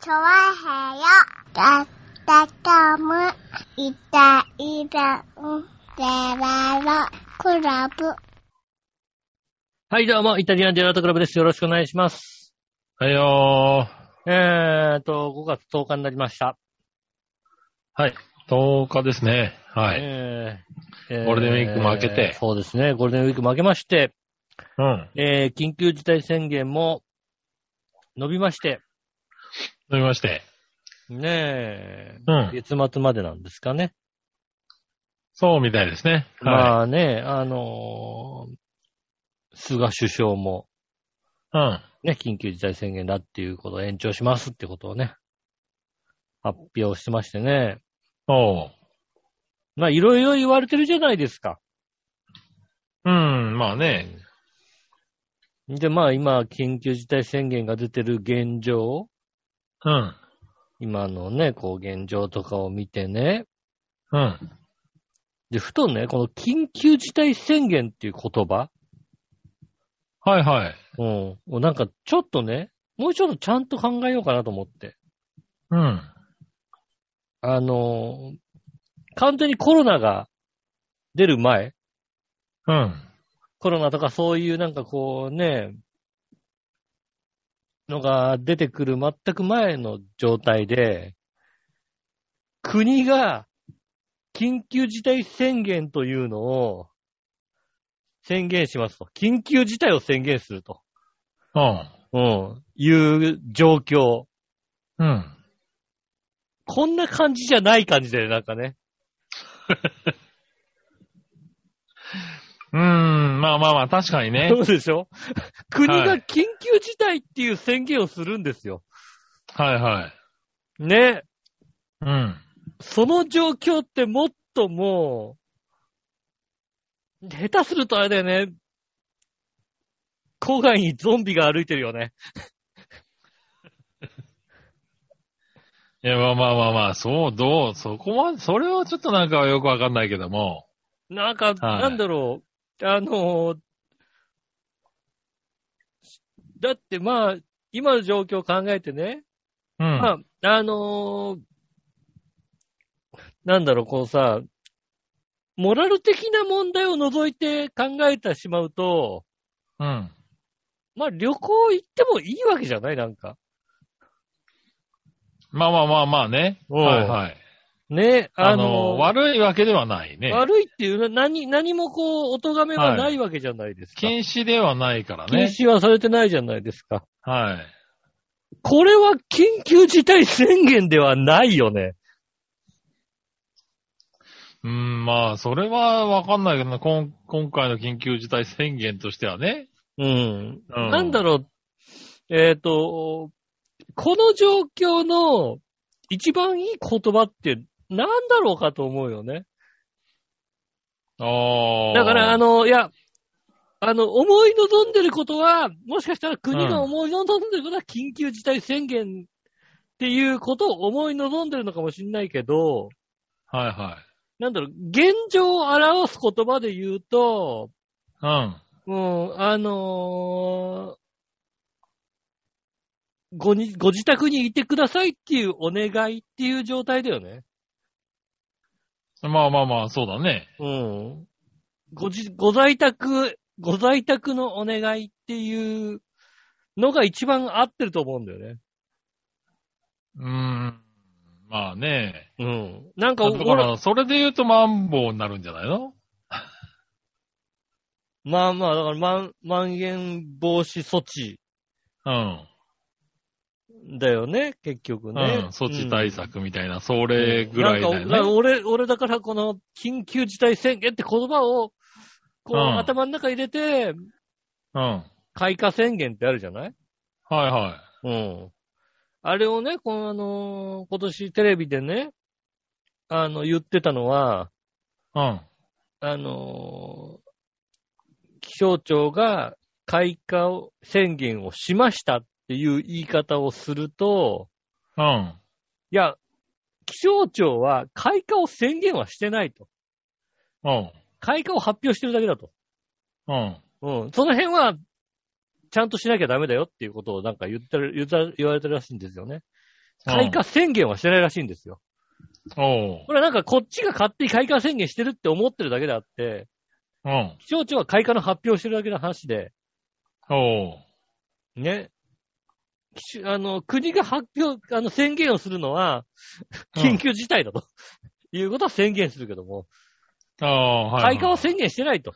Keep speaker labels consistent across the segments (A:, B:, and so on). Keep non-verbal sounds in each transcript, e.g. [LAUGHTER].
A: チョワヘヨだったかむいたいたんでららクラブ
B: はい、どうも、イタリアンジェラートクラブです。よろしくお願いします。
C: はいよ
B: えーと、5月10日になりました。
C: ー。はい。10日ですね。はい。
B: えーえ
C: ゴールデンウィークも明けて
B: そうですね、ゴールデンウィークも明けまして、
C: うん。
B: えー緊急事態宣言も伸びまして、
C: 飲みまして。
B: ね
C: うん
B: え、。月末までなんですかね。
C: そうみたいですね。は
B: まあね、あのー菅首相も
C: い。うん。
B: ね、緊急事態宣言だっていうことを延長しますってことをね、発表してましてね。
C: おう。
B: まあ、いろいろ言われてるじゃないですか。
C: うん。まあね。
B: で、まあ今、緊急事態宣言が出てる現状、
C: うん。
B: 今のね、こう現状とかを見てね、
C: うん。
B: で、ふとね、この緊急事態宣言っていう言葉、
C: はいはい。
B: うん、をなんかちょっとね、もうちょっとちゃんと考えようかなと思って。
C: うん。
B: あのー完全にコロナが出る前、
C: うん。
B: コロナとかそういうなんかこうね、のが出てくる全く前の状態で、国が緊急事態宣言というのを宣言しますと。緊急事態を宣言すると。
C: うん。
B: うん。いう状況。
C: うん。
B: こんな感じじゃない感じだよね、なんかね。
C: うーん。まあまあまあ、確かにね
B: [LAUGHS] そ。うでし
C: [LAUGHS]
B: ょ国
C: は
B: が
C: い
B: 緊急事態っていう宣言をするんですよ。
C: はいはい。
B: ね。
C: うん。
B: その状況ってもっともう、下手するとあれだよね。郊外にゾンビが歩いてるよね。
C: いや、まあまあまあまあ、そう、どう、そこは、それはちょっとなんかよくわかんないけども。
B: なんか、なんだろう。あのーだってまあ、今の状況を考えてね。
C: うん。
B: まあ、あのーなんだろう、こうさ、モラル的な問題を除いて考えてしまうと、
C: うん。
B: まあ旅行行ってもいいわけじゃないなんか。
C: まあまあまあまあね。
B: うん
C: はいはい。
B: ね、
C: あ
B: あ
C: の、
B: の、
C: 悪いわけではないね。
B: 悪いっていうのは何、何もこう、お咎めは
C: はい
B: ないわけじゃないですか。
C: 禁止ではないから
B: 禁
C: ね。
B: 止はされてないじゃないですか。
C: はい。
B: これは緊急事態宣言ではないよね。
C: うーん、まあ、それはわかんないけどな、こん今回の緊急事態宣言としてはね。
B: うん。
C: うん
B: なんだろう、えっ、と、この状況の一番いい言葉ってなんだろうかと思うよね。
C: ああ。
B: だから、あ、の、いや、あの、思い望んでることは、もしかしたら国が思い望んでることは緊急事態宣言っていうことを思い望んでるのかもしれないけど、
C: はいは
B: なんだろう、現状を表す言葉で言うと、う
C: い。
B: ん、あのーごに、ご自宅にいてくださいっていうお願いっていう状態だよね。
C: うん。まあまあまあ、そうだね。
B: うん。ごじ、ご在宅、ご在宅のお願いっていうのが一番合ってると思うんだよね。
C: うーん。まあね。
B: うん。なんか、
C: だか
B: 俺
C: ら、それで言うとマンボウになるんじゃないの
B: まあまあ、だから、まん、まん延防止措置
C: うん。
B: だよね、結局ね。
C: うん。措置対
B: うん
C: 策みたいな、それぐらいだ
B: なんか、
C: よね。
B: 俺、俺だからこの緊急事態宣言って言葉を、こう、
C: うん
B: 頭の中入れて、
C: うん。は
B: 開花宣言ってあるじゃない
C: いは
B: うん。あれをね、この、あのー今年テレビでね、あの、言ってたのは、
C: い。うん。
B: あのー気象庁が開花を宣言をしましたっていう言い方をすると、
C: うん。
B: いや、気象庁は開花を宣言はしてないと。
C: うん。
B: 開花を発表してるだけだと。
C: うん。
B: うん。その辺は、ちゃんとしなきゃダメだよっていうことをなんか言ってる、言った言われてるらしいんですよね。開花宣言はしてないらしいんですよ。
C: おう。
B: これはなんかこっちが勝手に開花宣言してるって思ってるだけであって、
C: うん。
B: 気象庁は開花の発表をしてるだけの話で、
C: おう。
B: ね。気象あの、国が発表、あの、宣言をするのは、
C: うん
B: 緊急事態だと、いうことは宣言するけども、
C: ああ、はい、はい。
B: 開花を宣言してないと。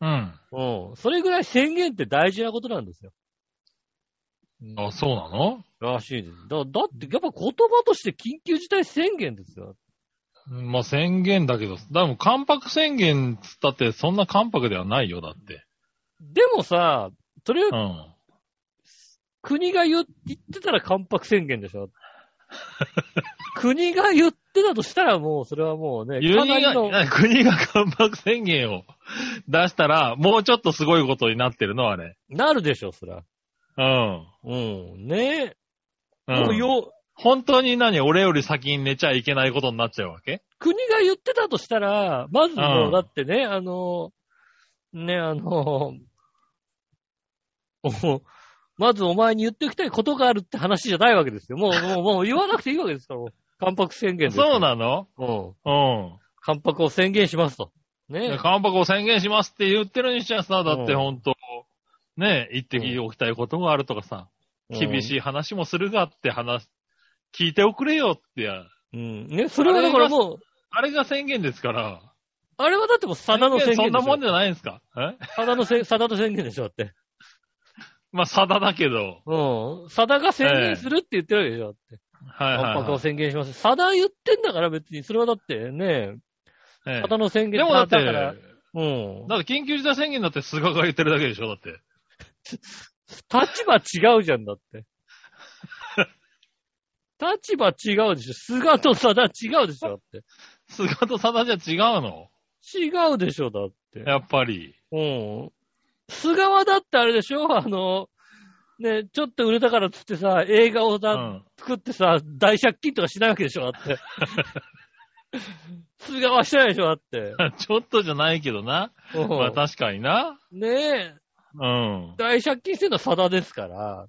C: うん。
B: うん。それぐらい宣言って大事なことなんですよ。
C: あ、そうなの
B: らしいです。だ、だって、やっぱ言葉として緊急事態宣言ですよ。
C: まあ、宣言だけど、でも、関白宣言つったって、そんな関白ではないよ、だって。
B: でもさ、それ
C: う
B: は
C: ん。
B: 国が言っ言ってたら関白宣言で [LAUGHS] しょ。国が言ってたとしたらもう、それはもうね、
C: 国
B: かなりの、
C: が、国が関白宣言を出したら、もうちょっとすごいことになってるの、あれ。
B: なるでしょ、そら。
C: うん。
B: うん。ねえ。
C: う
B: も
C: ん、
B: うよ、
C: 本当に何俺より先に寝ちゃいけないことになっちゃうわけ
B: 国が言ってたとしたら、まずも
C: う
B: う、
C: ん
B: だってね、あの、ね、あの、 [LAUGHS] おまずお前に言っておきたいことがあるって話じゃないわけですよ。もう、もう、もう言わなくていいわけですから、もう関白宣言ですよ。
C: そうなの
B: うん。
C: うん。
B: 関白を宣言しますと。ね。
C: 関白を宣言しますって言ってるにしちゃさ、だって
B: うん
C: 本当、ね、言っておきたいことがあるとかさ、厳
B: い。
C: しい話もするがって話、聞いておくれよってや。
B: うん。ね、それはだからもう、
C: あれが宣言ですから。
B: あれはだってもう、サダの宣言でしょ。
C: そんなもんじゃないんですかえ
B: サダのせ、サダの宣言 [LAUGHS] でしょ、だって。
C: まあ、定だけど。
B: うん。サダが宣言するって言ってるわけでしょ、だって。
C: はいはい、
B: 関白
C: は
B: を
C: い
B: 宣言します。サダ言ってんだから別に、それはだってね、
C: ええ
B: 方の宣言
C: でもだって、
B: か
C: だ
B: ら
C: って
B: うん。
C: 緊急事態宣言だって菅が言ってるだけでしょだって。
B: 立場違うじゃんだ [LAUGHS] って。立場違うでしょ。菅とさだ違うでしょだって。
C: 菅と定じゃ違うの
B: 違うでしょだって。
C: やっぱり。
B: うん。菅はだってあれでしょあの、ね、ちょっと売れたからっつってさ、映画を
C: う
B: さ、
C: ん。 [LAUGHS]
B: 作ってさ、大借金とかしないわけでしょだ [LAUGHS] って。菅はしてないでしょだって。
C: ちょっとじゃないけどな。
B: うん
C: まあ確かにな。
B: ねえ、
C: うん。
B: 大借金してるのはさだですから。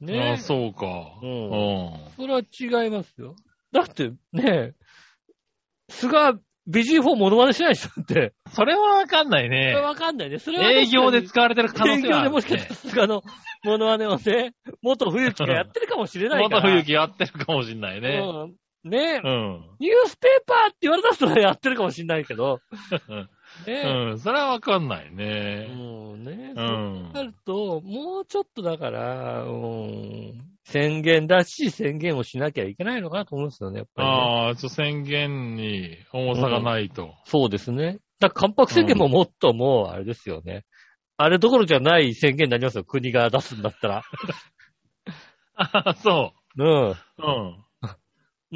B: ね
C: あ
B: え。
C: そうか。
B: う
C: うんん。
B: それは違いますよ。だって、ねえ、菅、ビジー4モノマネしないでしょって。
C: それはわかんない
B: それ
C: ね。
B: わかんないね。それは確か
C: 営
B: に
C: 業で使われてる可能
B: 営
C: 性は
B: 業
C: あ
B: で
C: る、ね。
B: もしかしたら菅のモノマネをね、元冬木がやってるかもしれないか
C: ま
B: ら。
C: た冬木やってるかもしんないね。
B: うん。ねえ
C: う、ん。
B: ニュースペーパーって言われた人はやってるかもしれないけど。ねえ。
C: うん。それはわかんないうね。
B: ん、ねえ。
C: う
B: そうんな。ると、もうちょっとだから、うん、宣言だし、宣言をしなきゃいけないのかなと思うんですよね、やっぱりね、
C: ああ、ちょっと宣言に重さがないと。
B: そうですね。だから関白宣言ももっともう、あれですよね。あれどころじゃない宣言になりますよ。国が出すんだったら。
C: ああ、 [LAUGHS] そ
B: うん。
C: う。うん。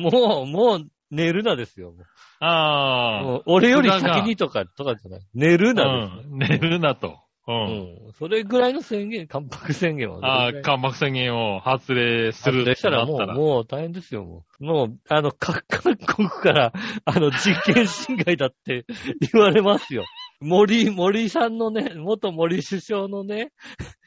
B: もう、もう、寝るなですよ。もう
C: ああ。
B: もう俺より先にとか、とかじゃない。寝るなで
C: うん。寝るなと。う
B: す
C: ん。
B: ね。うん。それぐらいの宣言、関白宣言は。
C: ああ、関白宣言を発令する
B: でしたらもう、もう大変ですよ、もう。もう、あの、各国から、 [LAUGHS] あの、人権侵害だって [LAUGHS] 言われますよ。森、森さんのね、元森首相のね、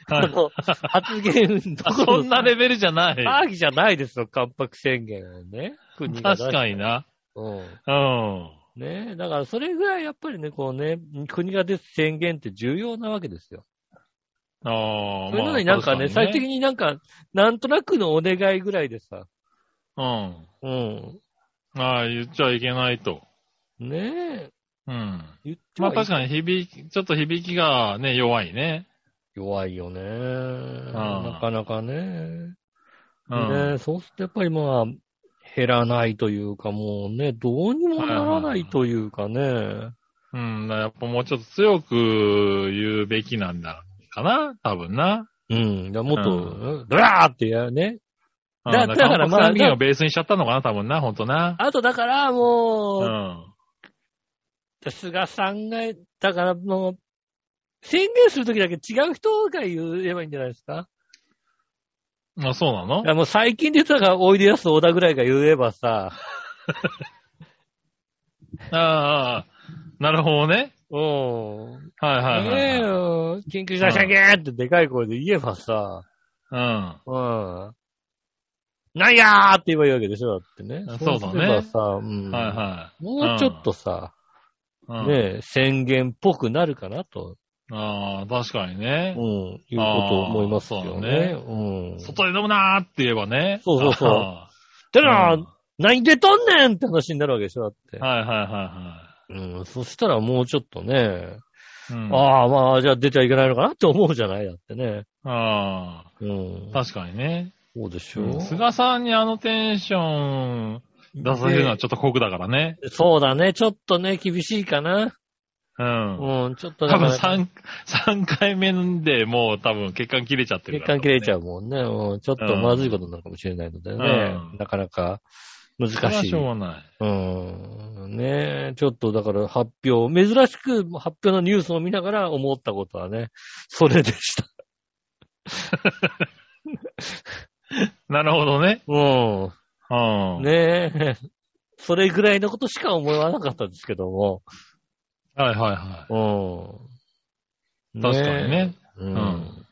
C: はい
B: あの、発言ど
C: あ
B: ころ
C: [LAUGHS] そんなレベルじゃない。
B: 騒ぎじゃないですよ、関白宣言をね。国が出し
C: 確かにな。
B: うん。
C: うん。
B: ねだからそれぐらいやっぱりね、こうね、国が出す宣言って重要なわけですよ。
C: ああ、
B: それなのになんかね、最適
C: に。
B: になんか、なんとなくのお願いぐらいでさ、
C: うん。
B: うん。
C: ああ、言っちゃいけないと。
B: ねえ、
C: うん。
B: 言って
C: まあ
B: はい
C: 確かに響き、ちょっと響きがね、弱いね。
B: 弱いよね。
C: あ
B: なかなかね。
C: うん。
B: ねそうするとやっぱりまあ、減らないというか、もうね、どうにもならないというかね。
C: うん。だからやっぱもうちょっと強く言うべきなんだ。かな多分な。
B: うん。だからもっ
C: う
B: と、ドラーってやね。
C: うん
B: だだからまあ
C: 韓国宣言をベースにしちゃったのかな多分な、ほんとな。
B: あとだから
C: う
B: も
C: ん。
B: う、菅さんが、だからもう、宣言するときだけ違う人が言えばいいんじゃないですか。
C: まあそうなの
B: いやもう最近で言ったら、おいでやす小田ぐらいが言えばさ、
C: ああ、なるほどね。
B: うん。
C: はいはいはい
B: ねえ、
C: はい。
B: 緊急事態宣言ってでかい声で言えばさ、
C: う
B: う
C: ん。
B: ん。なんやーって言えばいいわけでしょだってね。
C: そうだね
B: そうすればさ、うん。
C: はいはい。
B: もうちょっとさ、
C: うん、
B: ねえ、宣言っぽくなるかなと、
C: ああ、確かに
B: う
C: ね
B: ん。、いうことを思いますよね。
C: あ
B: うん。
C: 外で飲むなーって言えばね。
B: そうそうそう
C: あ
B: た
C: ー
B: ら、
C: うん
B: 何出とんねんって話になるわけでしょだって。
C: はいはいは
B: うん。そしたらもうちょっとね、
C: いはい。うん、
B: ああ、まあ、じゃあ出ちゃいけないのかなって思うじゃないだってね。
C: あ
B: うん
C: ー。確かにね。
B: そうでしょ、
C: うん菅さんにあのテンション出させるのはちょっと酷だからね。
B: そうだね。ちょっとね、厳しいかな。
C: うん。
B: うん、ちょっと
C: 多分
B: だから
C: 3、三回目でもう多分血管切れちゃってる
B: 血
C: から、
B: 管切れちゃう
C: う。
B: もんね。うん、ちょっとまずいことになるかもしれないのでね。
C: うん
B: なかなか難
C: それは
B: しい。
C: しょうがない。
B: うん。ねえ、ちょっとだから発表、珍しく発表のニュースを見ながら思ったことはね、それでした。
C: なるほどね。
B: う。
C: うんん。
B: ねえ。それぐらいのことしか思わなかったんですけども。
C: はいはいは
B: うん。
C: い。確かにね。
B: え。うん。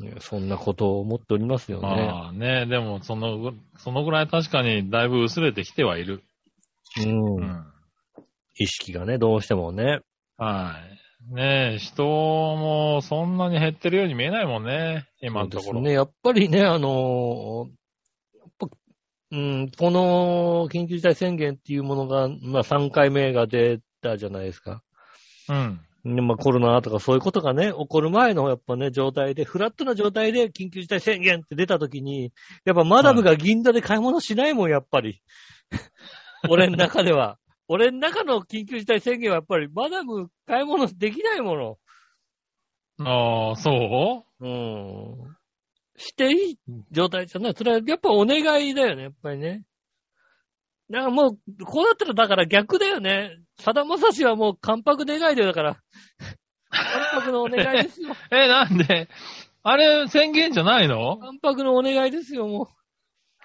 B: ねそんなことを思っておりますよね。
C: まあね、でもそのぐ、そのぐらい確かにだいぶ薄れてきてはいる。
B: う。
C: うんん。
B: 意識がね、どうしてもね。
C: はい。ねえ、人もそんなに減ってるように見えないもんね、今のとこ
B: そう
C: ろ。
B: ですね、やっぱりね、あのーやっぱうん、この緊急事態宣言っていうものが、まあ3回目が出たじゃないですか。
C: うん。
B: ねまあコロナとかそういうことがね、起こる前のやっぱね、状態で、フラットな状態で緊急事態宣言って出た時に、やっぱマダムが銀座で買い物しないもん、やっぱり。 [LAUGHS] 俺の中では。俺の中の緊急事態宣言はやっぱりマダム買い物できないもの。
C: ああ、そう
B: うんしていい状態じゃない。それはやっぱお願いだよね、やっぱりね。なんかもう、こうなったらだから逆だよね。さだまさしはもう関白願いだよ、だから。 [LAUGHS] 関白のお願いですよ。
C: え、なんであれ、宣言じゃないのはい、
B: 関白のお願いですよ、も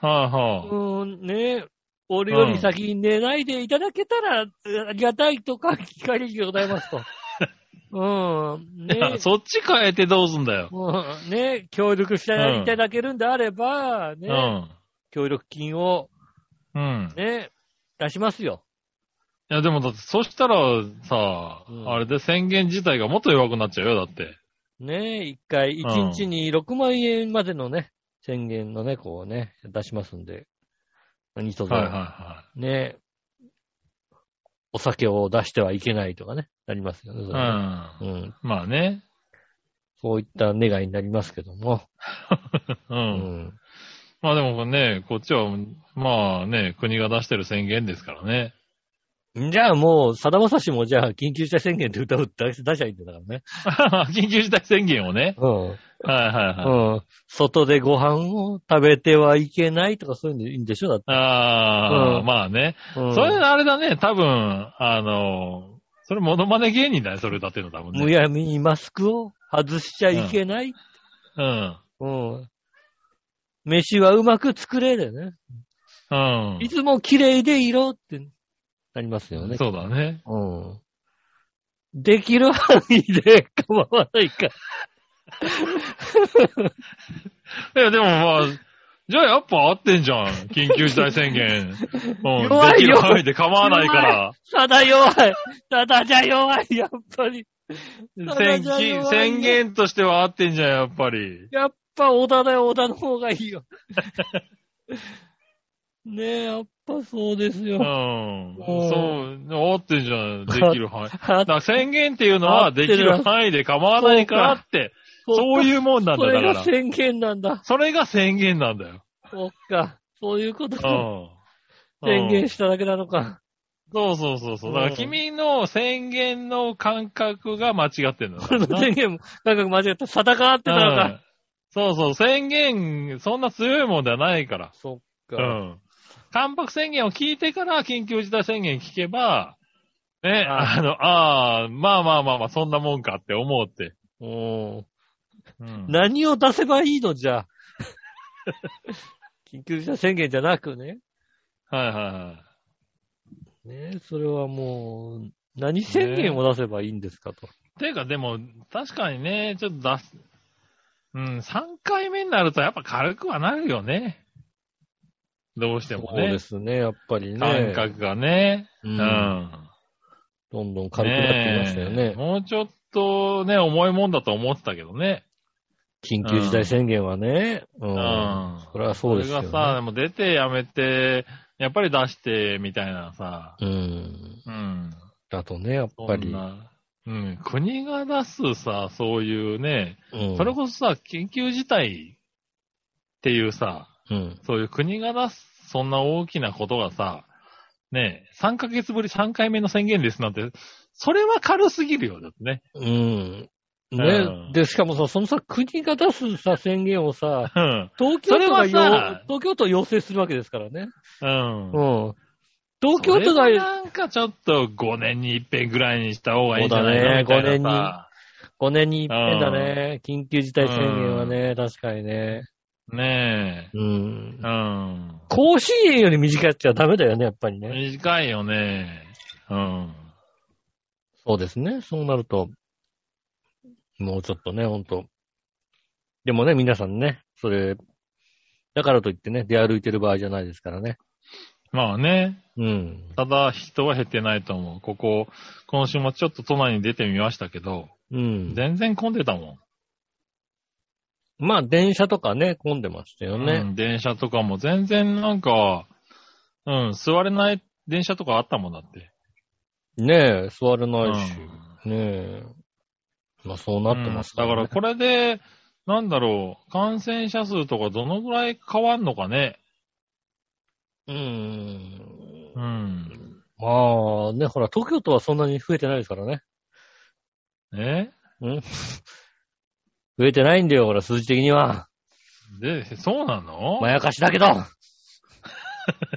B: う。
C: は
B: うん、ねえ。俺より先に寝ないでいただけたら、ありがたいとか、機会でございます
C: [LAUGHS]
B: と。うん。
C: い
B: ね
C: や [LAUGHS] そっち変えてどうすんだよ。
B: うんね協力していただけるんであれば、ね、
C: うん。
B: 協力金を
C: うん。
B: ね、出しますよ。
C: いや、でもだって、そしたらさ、
B: うん
C: あれで宣言自体がもっと弱くなっちゃうよ、だって。
B: ね一回、一
C: うん
B: 日に6万円までのね、宣言のね、こうね、出しますんで。何卒、
C: はいはいは
B: ねお酒を出してはいけないとかね、なりますよね。そ
C: い。
B: れね
C: う。
B: うんん、
C: まあね。
B: そういった願いになりますけども。
C: う。
B: うんん。
C: まあでもね、こっちは、まあね、国が出してる宣言ですからね。 [LAUGHS]
B: じゃあもう、さだまさしもじゃあ、緊急事態宣言で歌うって出し出しゃいいんだからね。
C: 緊急事態宣言をね。
B: うん。
C: はいはいはい。
B: うん。外でご飯を食べてはいけないとかそういうのいいんでしょだって。
C: ああ、
B: うん
C: まあね。
B: うん
C: それあれだね、多分、あの、それモノマネ芸人だよ、それだっての多分
B: む
C: ね。
B: やみにマスクを外しちゃいけない。
C: うん。
B: うん。飯はうまく作れだよね。
C: うん
B: い。つも綺麗でいろってなりますよね。
C: そうだね。
B: う。ん。できる範囲で構わないか。
C: いや、でもまあ、じゃあやっぱ合ってんじゃん。緊急事態
B: [LAUGHS]
C: 宣言。うん。
B: 弱いよ
C: できる範囲で構わないから。
B: [LAUGHS] ただ弱い。ただじゃ弱い。やっぱり。弱い
C: 宣
B: 弱い弱い
C: 言宣言としては合ってんじゃん、やっぱり。
B: やっぱ小田だよ、小田の方がいい
C: [LAUGHS]
B: よ。ねえ、やっぱそうです
C: う
B: よ。 [LAUGHS]
C: ん。
B: おー
C: そう、合ってんじゃん、できる
B: [LAUGHS]
C: 範囲。だから宣言っていうの
B: 合
C: は
B: ってる
C: できる範囲で構わないからって、そういうもんなん
B: そ
C: だ、だ
B: れが
C: から。
B: 宣言なんだ。
C: それが宣言なんだよ。
B: そっか。そういうこと
C: う
B: を
C: ん。
B: 宣
C: う
B: 言
C: ん
B: しただけなのか。
C: そうそうそうそう。だか
B: うん
C: ら君の宣言の感覚が間違ってんだ
B: [LAUGHS]
C: よ。
B: この宣言も、なんか間違った。戦ってたの
C: う
B: か。
C: んそうそう、宣言、そんな強いもんではないから。
B: そっ
C: う
B: か。
C: ん。関白宣言を聞いてから緊急事態宣言聞けば、ね、
B: あ
C: あの、ああ、まあまあまあまあ、そんなもんかって思うって。
B: うん
C: うん
B: 何を出せばいいのじ
C: [LAUGHS]
B: ゃあ。緊急事態宣言じゃなくね。
C: はいはいはい。
B: ねそれはもう、何宣言を出せばいいんですかと。
C: ていうかでも、確かにね、ちょっと出す、うん、3回目になるとやっぱ軽くはなるよね。どうしても
B: そう
C: ね
B: で。すね、やっぱりね。
C: 感覚がね。
B: う。
C: うんん。
B: どんどん軽くなってきましたよ
C: ね
B: ね
C: え。もうちょっとね、重いもんだと思ってたけどね。
B: 緊急事態宣言はね。う。
C: うんん。
B: それはそうですよ
C: れ
B: ね。
C: がさ、でも出てやめて、やっぱり出して、みたいなさ。
B: うん。
C: うん。
B: だとね、やっ
C: そ
B: ぱ
C: ん
B: り。
C: な。うん。国が出すさ、そういうね、
B: うん
C: それこそさ、緊急事態っていうさ、
B: うん。
C: そういう国が出す、そんな大きなことがさ、ねえ、3ヶ月ぶり3回目の宣言ですなんて、それは軽すぎるよ、だってね。
B: うん。
C: う
B: ね
C: ん。
B: で、しかもさ、そのさ、国が出すさ、宣言をさ、
C: うん。
B: 東京都が
C: それは
B: よ
C: さ、
B: 東京都要請するわけですからね。
C: うん。
B: うん。東京都
C: そ
B: が
C: れは、なんかちょっと5年に一遍ぐらいにした方がいいんじゃな
B: そ
C: い
B: うだね
C: のみたいなさ
B: 5年に5年に一遍だね。緊急事態宣言はね、確かにね。
C: ねえ。
B: うん
C: う。ん。
B: 甲子園より短いっちゃダメだよね、やっぱりね。
C: 短いよね。うん。
B: そうですね。そうなると、もうちょっとね、ほんと。でもね、皆さんね、それ、だからといってね、出歩いてる場合じゃないですからね。
C: まあね。
B: うん。
C: ただ人は減ってないと思う。ここ、今週もちょっと都内に出てみましたけど、
B: うん。
C: 全然混んでたも
B: まあ、電車とかね、混んでましたよ
C: ん。う
B: ね。
C: ん電車とかも全然なんか、うん、座れない電車とかあったもんだって。
B: ねえ、座れ
C: う
B: ないし。
C: ん
B: ねえ。まあ、そうなってます
C: うんだからこれで、なんだろう、感染者数とかどのぐらい変わんのかね。
B: ら、うん。
C: うん。
B: まあ、ね、ほら、東京都はそんなに増えてないですからね。
C: え
B: 増えてないんだよ、ほら、数字的には。
C: で、そうなの
B: まやかしだけ [LAUGHS] ど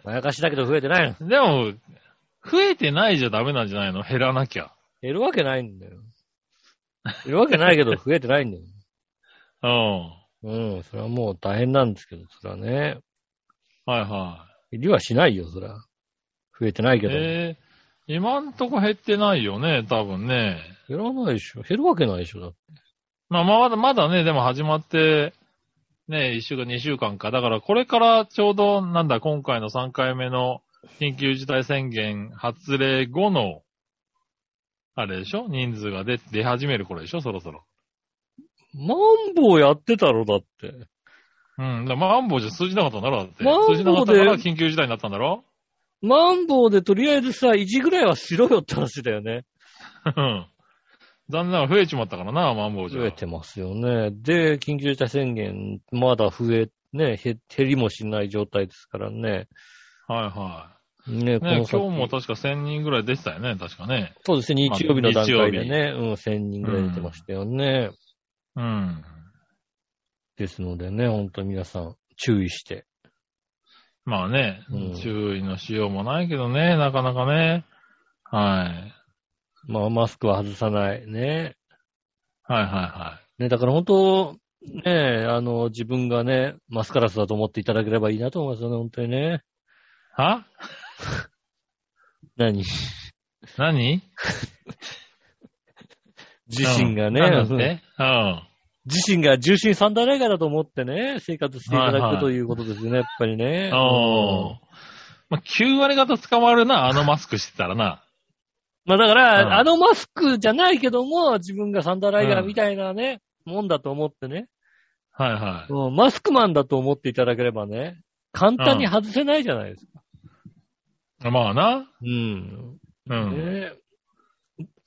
B: まやかしだけど増えてないの。
C: でも、増えてないじゃダメなんじゃないの減らなきゃ。
B: 減るわけないんだよ。減るわけ [LAUGHS] ないけど、増えてないんだよ。
C: うん。
B: うん、それはもう大変なんですけど、それはね。
C: はいは
B: 減りはしないよ、それは。増えてない
C: い。
B: けど。
C: えー、今んとこ減ってないよね、多分ね。
B: 減らないでしょ。減るわけないでしょ、だって。
C: まあまあまだ、まだね、でも始まって、ね、1週間、2週間か。だからこれからちょうど、なんだ、今回の3回目の緊急事態宣言発令後の、あれでしょ人数が出、出始める頃でしょそろそろ。
B: マンボウやってたろ、だって。
C: うん。だからマンボウじゃ通じなかったんだろだって。
B: マンボウで
C: 通じなかったから緊急事態になったんだろ [LAUGHS]
B: マンボウでとりあえずさ、維持ぐらいはしろよって話だよね。
C: うん。残念ながら増えちまったからな、マンボウじゃ。
B: 増えてますよね。で、緊急事態宣言、まだ増え、ね、減減りもしない状態ですからね。
C: はいは
B: ね、
C: い。ね、
B: 先
C: 今日も確か1000人ぐらい出てたよね、確かね。
B: そうですね、
C: まあ
B: 日曜日の段階でね、うん、1000人ぐらい出てましたよね。
C: うん。
B: ですのでね、本当に皆さん、注意して。
C: まあね、
B: うん
C: 注意のしようもないけどね、なかなかね。はい。
B: まあ、マスクは外さない。ね。
C: はいはいは
B: ね、だから本当、ね、あの、自分がね、マスカラスだと思っていただければいいなと思いますよね、本当にね。
C: い。は
B: 何
C: 何
B: 自身がね、
C: うんなんだってうん。
B: 自身が重心三段レガだと思ってね、生活していただく、
C: はいはい
B: ということですよね、やっぱりね。
C: おー
B: うん。
C: まあ、9割方捕まるな、あのマスクしてたらな。
B: まあだから、
C: うん
B: あのマスクじゃないけども、自分がサンダーライガーみたいなね、もんだと思ってね、
C: はいはい。
B: うんマスクマンだと思っていただければね、簡単に外せないじゃないですか。
C: まあな。
B: うん。
C: うん。
B: ね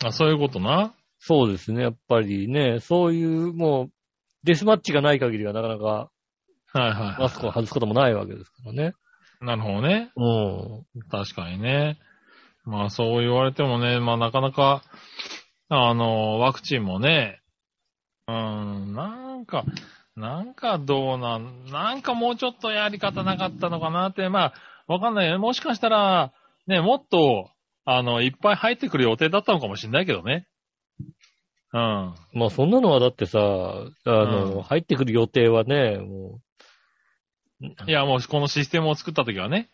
C: あそういうことな。
B: そうですね、やっぱりね、そういうもう、デスマッチがない限りはなかなか
C: はいはい、はい。
B: マスクを外すこともないわけですからね。
C: なるほどね。
B: うん。
C: 確かにね。まあそう言われてもね、まあなかなか、あの、ワクチンもね、うん、なんか、なんかどうなん、なんかもうちょっとやり方なかったのかなって、まあ、わかんないよね。もしかしたら、ね、もっと、あの、いっぱい入ってくる予定だったのかもしれないけどね。うん。
B: まあそんなのはだってさ、あの、
C: うん
B: 入ってくる予定はね、も
C: いや、もうこのシステムを作った時はね。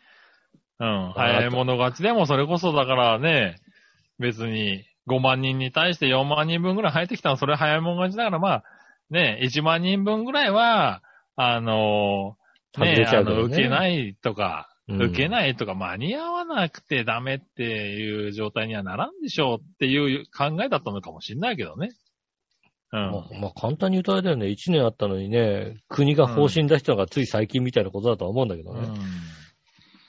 C: うん。
B: た
C: 早い者勝ちでもそれこそだからね、別に5万人に対して4万人分ぐらい入ってきたのそれ早い者勝ちだからまあ、ね、1万人分ぐらいは、あの
B: 外れ
C: ね、
B: ちゃ
C: あ
B: うから
C: の、
B: ね
C: 受けないとか、
B: うん
C: 受けないとか間に合わなくてダメっていう状態にはならんでしょうっていう考えだったのかもしれないけどね。う
B: ま
C: ん。
B: あ、まあ簡単に歌えたよね。1年あったのにね、国が方針出したのがつい最近みたいなことだとは思うんだけど
C: う
B: ね。
C: ん。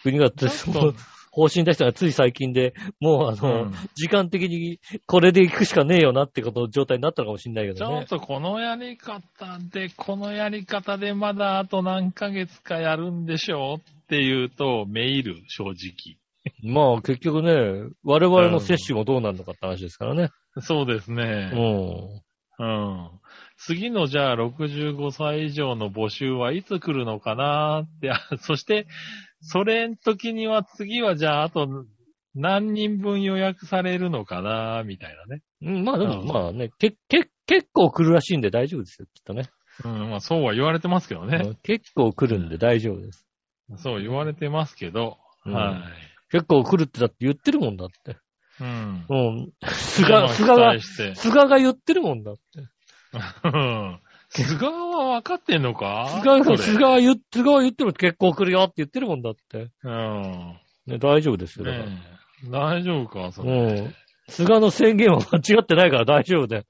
B: 国がつ
C: ちょっ
B: も
C: と
B: う方針出したのがつい最近で、もうあの、
C: うん
B: 時間的にこれで行くしかねえよなってことの状態になったのかもしれないけ
C: ち
B: ど
C: ょっ
B: ね。
C: とこのやり方で、このやり方でまだあと何ヶ月かやるんでしょうっていうと、メール、正直。
B: まあ結局ね、我々の接種もどうなるのかって話ですからね。
C: そうです
B: う
C: ね。
B: ん。
C: うん。次のじゃあ65歳以上の募集はいつ来るのかなって、あそして、それの時には次はじゃああと何人分予約されるのかなみたいなね。
B: うんまあでも、
C: うん
B: まあね、け、け、結構来るらしいんで大丈夫ですよ、きっとね。
C: うん、まあそうは言われてますけどね。
B: 結構来るんで大丈夫です。
C: そう言われてますけど、
B: うん
C: は
B: 結構来るってだって言ってるもんだって。
C: い。うん。
B: うん。菅、
C: が
B: 菅が、
C: して。
B: 菅が言ってるもんだって。
C: うん菅は分かってんのか
B: 菅
C: そ
B: が、
C: れ
B: 菅が言菅が言ってる結構来るよって言ってるもんだって。
C: うん。
B: ね、大丈夫ですよ。だから
C: ねえ大丈夫かそれ
B: うん。菅の宣言は間違ってないから大丈夫だよ。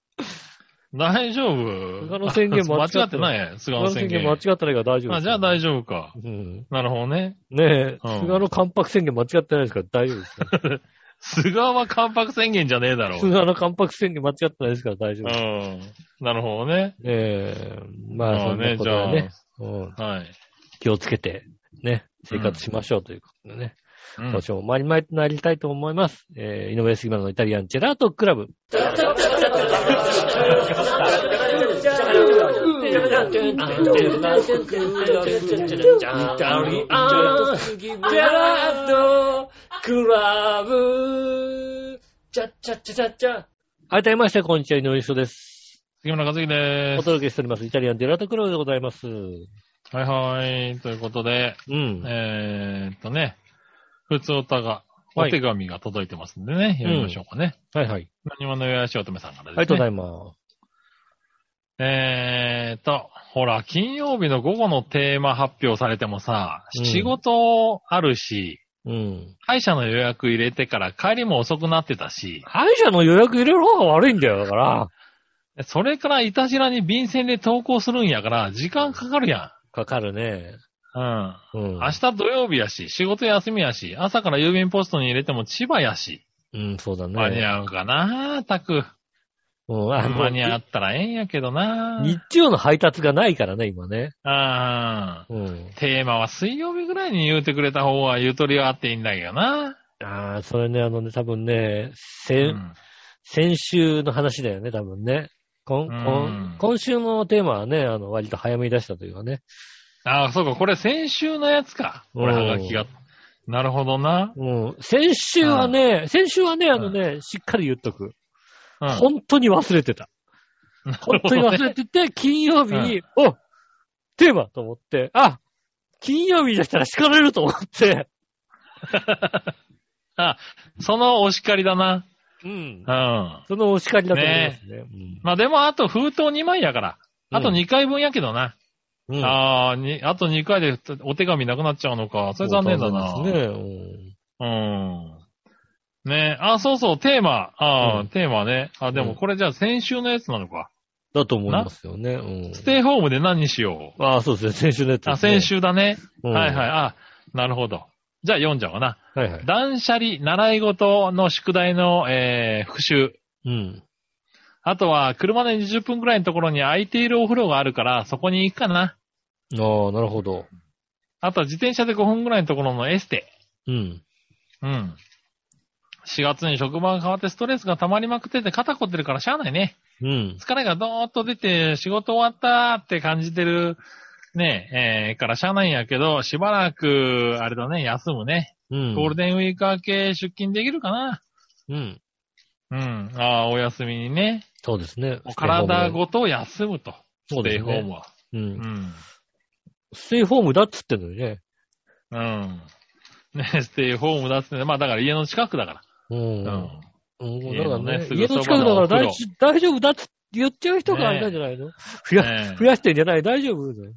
C: 大丈夫
B: 菅の宣言間
C: [LAUGHS] 間
B: 違
C: 違
B: っ
C: ってて
B: な
C: ない。菅
B: 菅
C: の
B: の
C: 宣
B: 宣
C: 言。
B: 言間違ってないから大丈夫ですよ。
C: あ、じゃあ大
B: 丈
C: 丈夫か。
B: 夫。うん。
C: なるほどね。
B: ねえ、
C: うん
B: 菅の関白宣言間違ってないですから大丈夫ですよ。
C: 菅は関白宣言じゃねえだろう。
B: 菅の関白宣言間違ってないですから大丈
C: う
B: 夫です。
C: ん。なるほどね。
B: ねえ、まあそんなこと
C: ま
B: は
C: あ
B: ね、うん、
C: あはい。
B: 気をつけて、ね、生活しましょうということでね。
C: うん
B: 今週も参りまいなりたいと思います。えー、井上杉村のイタリアンジェラートクラブ。はい、改めまして、こんにちは、井上杉です。
C: 杉村和樹で
B: お
C: す。
B: 届けしております、イタリアンジェラートクラブでございます。う
C: はいはい。ということで、
B: ん。
C: えーっとね、普通おたが、
B: はい
C: お手紙が届いてますんでね、読みましょうかね。
B: はいはい。
C: 何者よやしおとめさんからです、
B: あり
C: ね。
B: がとうございます。
C: えーと、ほら、金曜日の午後のテーマ発表されてもさ、
B: うん
C: 仕事あるし、
B: うん。
C: 歯医者の予約入れてから帰りも遅くなってたし、
B: 歯医者の予約入れる方が悪いんだよ、だから。
C: それからいたじらに便箋で投稿するんやから、時間かかるや
B: かかるね。
C: ん。うん。
B: うん。
C: 明日土曜日やし、仕事休みやし、朝から郵便ポストに入れても千葉やし、
B: うん、そうだね。
C: 間に合うかな、たく。
B: うん、あの
C: 間に合ったらええんやけどな。
B: 日曜の配達がないからね、今ね。
C: あー
B: うん。
C: テーマは水曜日ぐらいに言うてくれた方がゆとりはあっていいんだけどな。
B: ああ、それね、あのね、多分ね、
C: う
B: 先、
C: ん
B: 先週の話だよね、多分ね。今、
C: う
B: 今
C: ん
B: 今週のテーマはね、あの、割と早めに出したというかね。
C: ああ、そうか、これ先週のやつか。これ、
B: うん
C: はがきが。なるほどな。
B: うん。先週はね、先週はね、あのね、しっかり言っとく。
C: うん
B: 本当に忘れて
C: [LAUGHS]
B: た。本当に忘れてて、金曜日に、おテーマと思って、あ金曜日だったら叱られると思って、
C: [LAUGHS] あ、そのお叱りだな。
B: うん
C: う。ん。
B: そのお叱りだと思いますね。うん
C: まあでも、あと封筒2枚やから。あと
B: うん
C: 2回分やけどな。
B: うん
C: ああ、に、あと2回でお手紙なくなっちゃうのか。それ残念だな。
B: そうですね。
C: うん。ねえ、あ、そうそう、テーマ。ああ、
B: うん
C: テーマね。あ、で
B: う
C: も
B: ん
C: これじゃあ先週のやつなのか。
B: だと思いますよね。うん。
C: ステイホームで何にしよう。
B: ああ、そうですね。先週のやつ、
C: あ、先。週だね。
B: うん
C: はいはい。あ、なるほど。じゃあ読んじゃおうかな。
B: はいはい。
C: 断捨離、習い事の宿題の、えー復習。
B: うん。
C: あとは、車で20分くらいのところに空いているお風呂があるから、そこに行くかな。
B: ああ、なるほど。
C: あとは、自転車で5分くらいのところのエステ。
B: うん。
C: うん。4月に職場が変わってストレスが溜まりまくってて肩凝ってるからしゃあないね。
B: うん。
C: 疲れがどーっと出て仕事終わったって感じてる、ね、えーからしゃあないんやけど、しばらく、あれだね、休むね。
B: うん。
C: ゴールデンウィーク明け出勤できるかな。
B: うん。
C: うん。ああ、お休みにね。
B: そうですね。
C: もう体ごと休むと。
B: そう
C: ステ
B: で
C: イ
B: す
C: ホーム
B: ね。
C: は。
B: う。
C: うんん。
B: ステイホームだっつってんのにね。
C: うん。ね、ステイホームだっつってね、まあだから家の近くだか
B: う
C: ら。うん
B: ん。。うん。だからね、家の近く
C: 家のね
B: だから大
C: すぐそ
B: 大丈夫だっつって言っちゃう人があれなんじゃないの増や、
C: ねえ
B: 増やしてんじゃない大丈夫だよ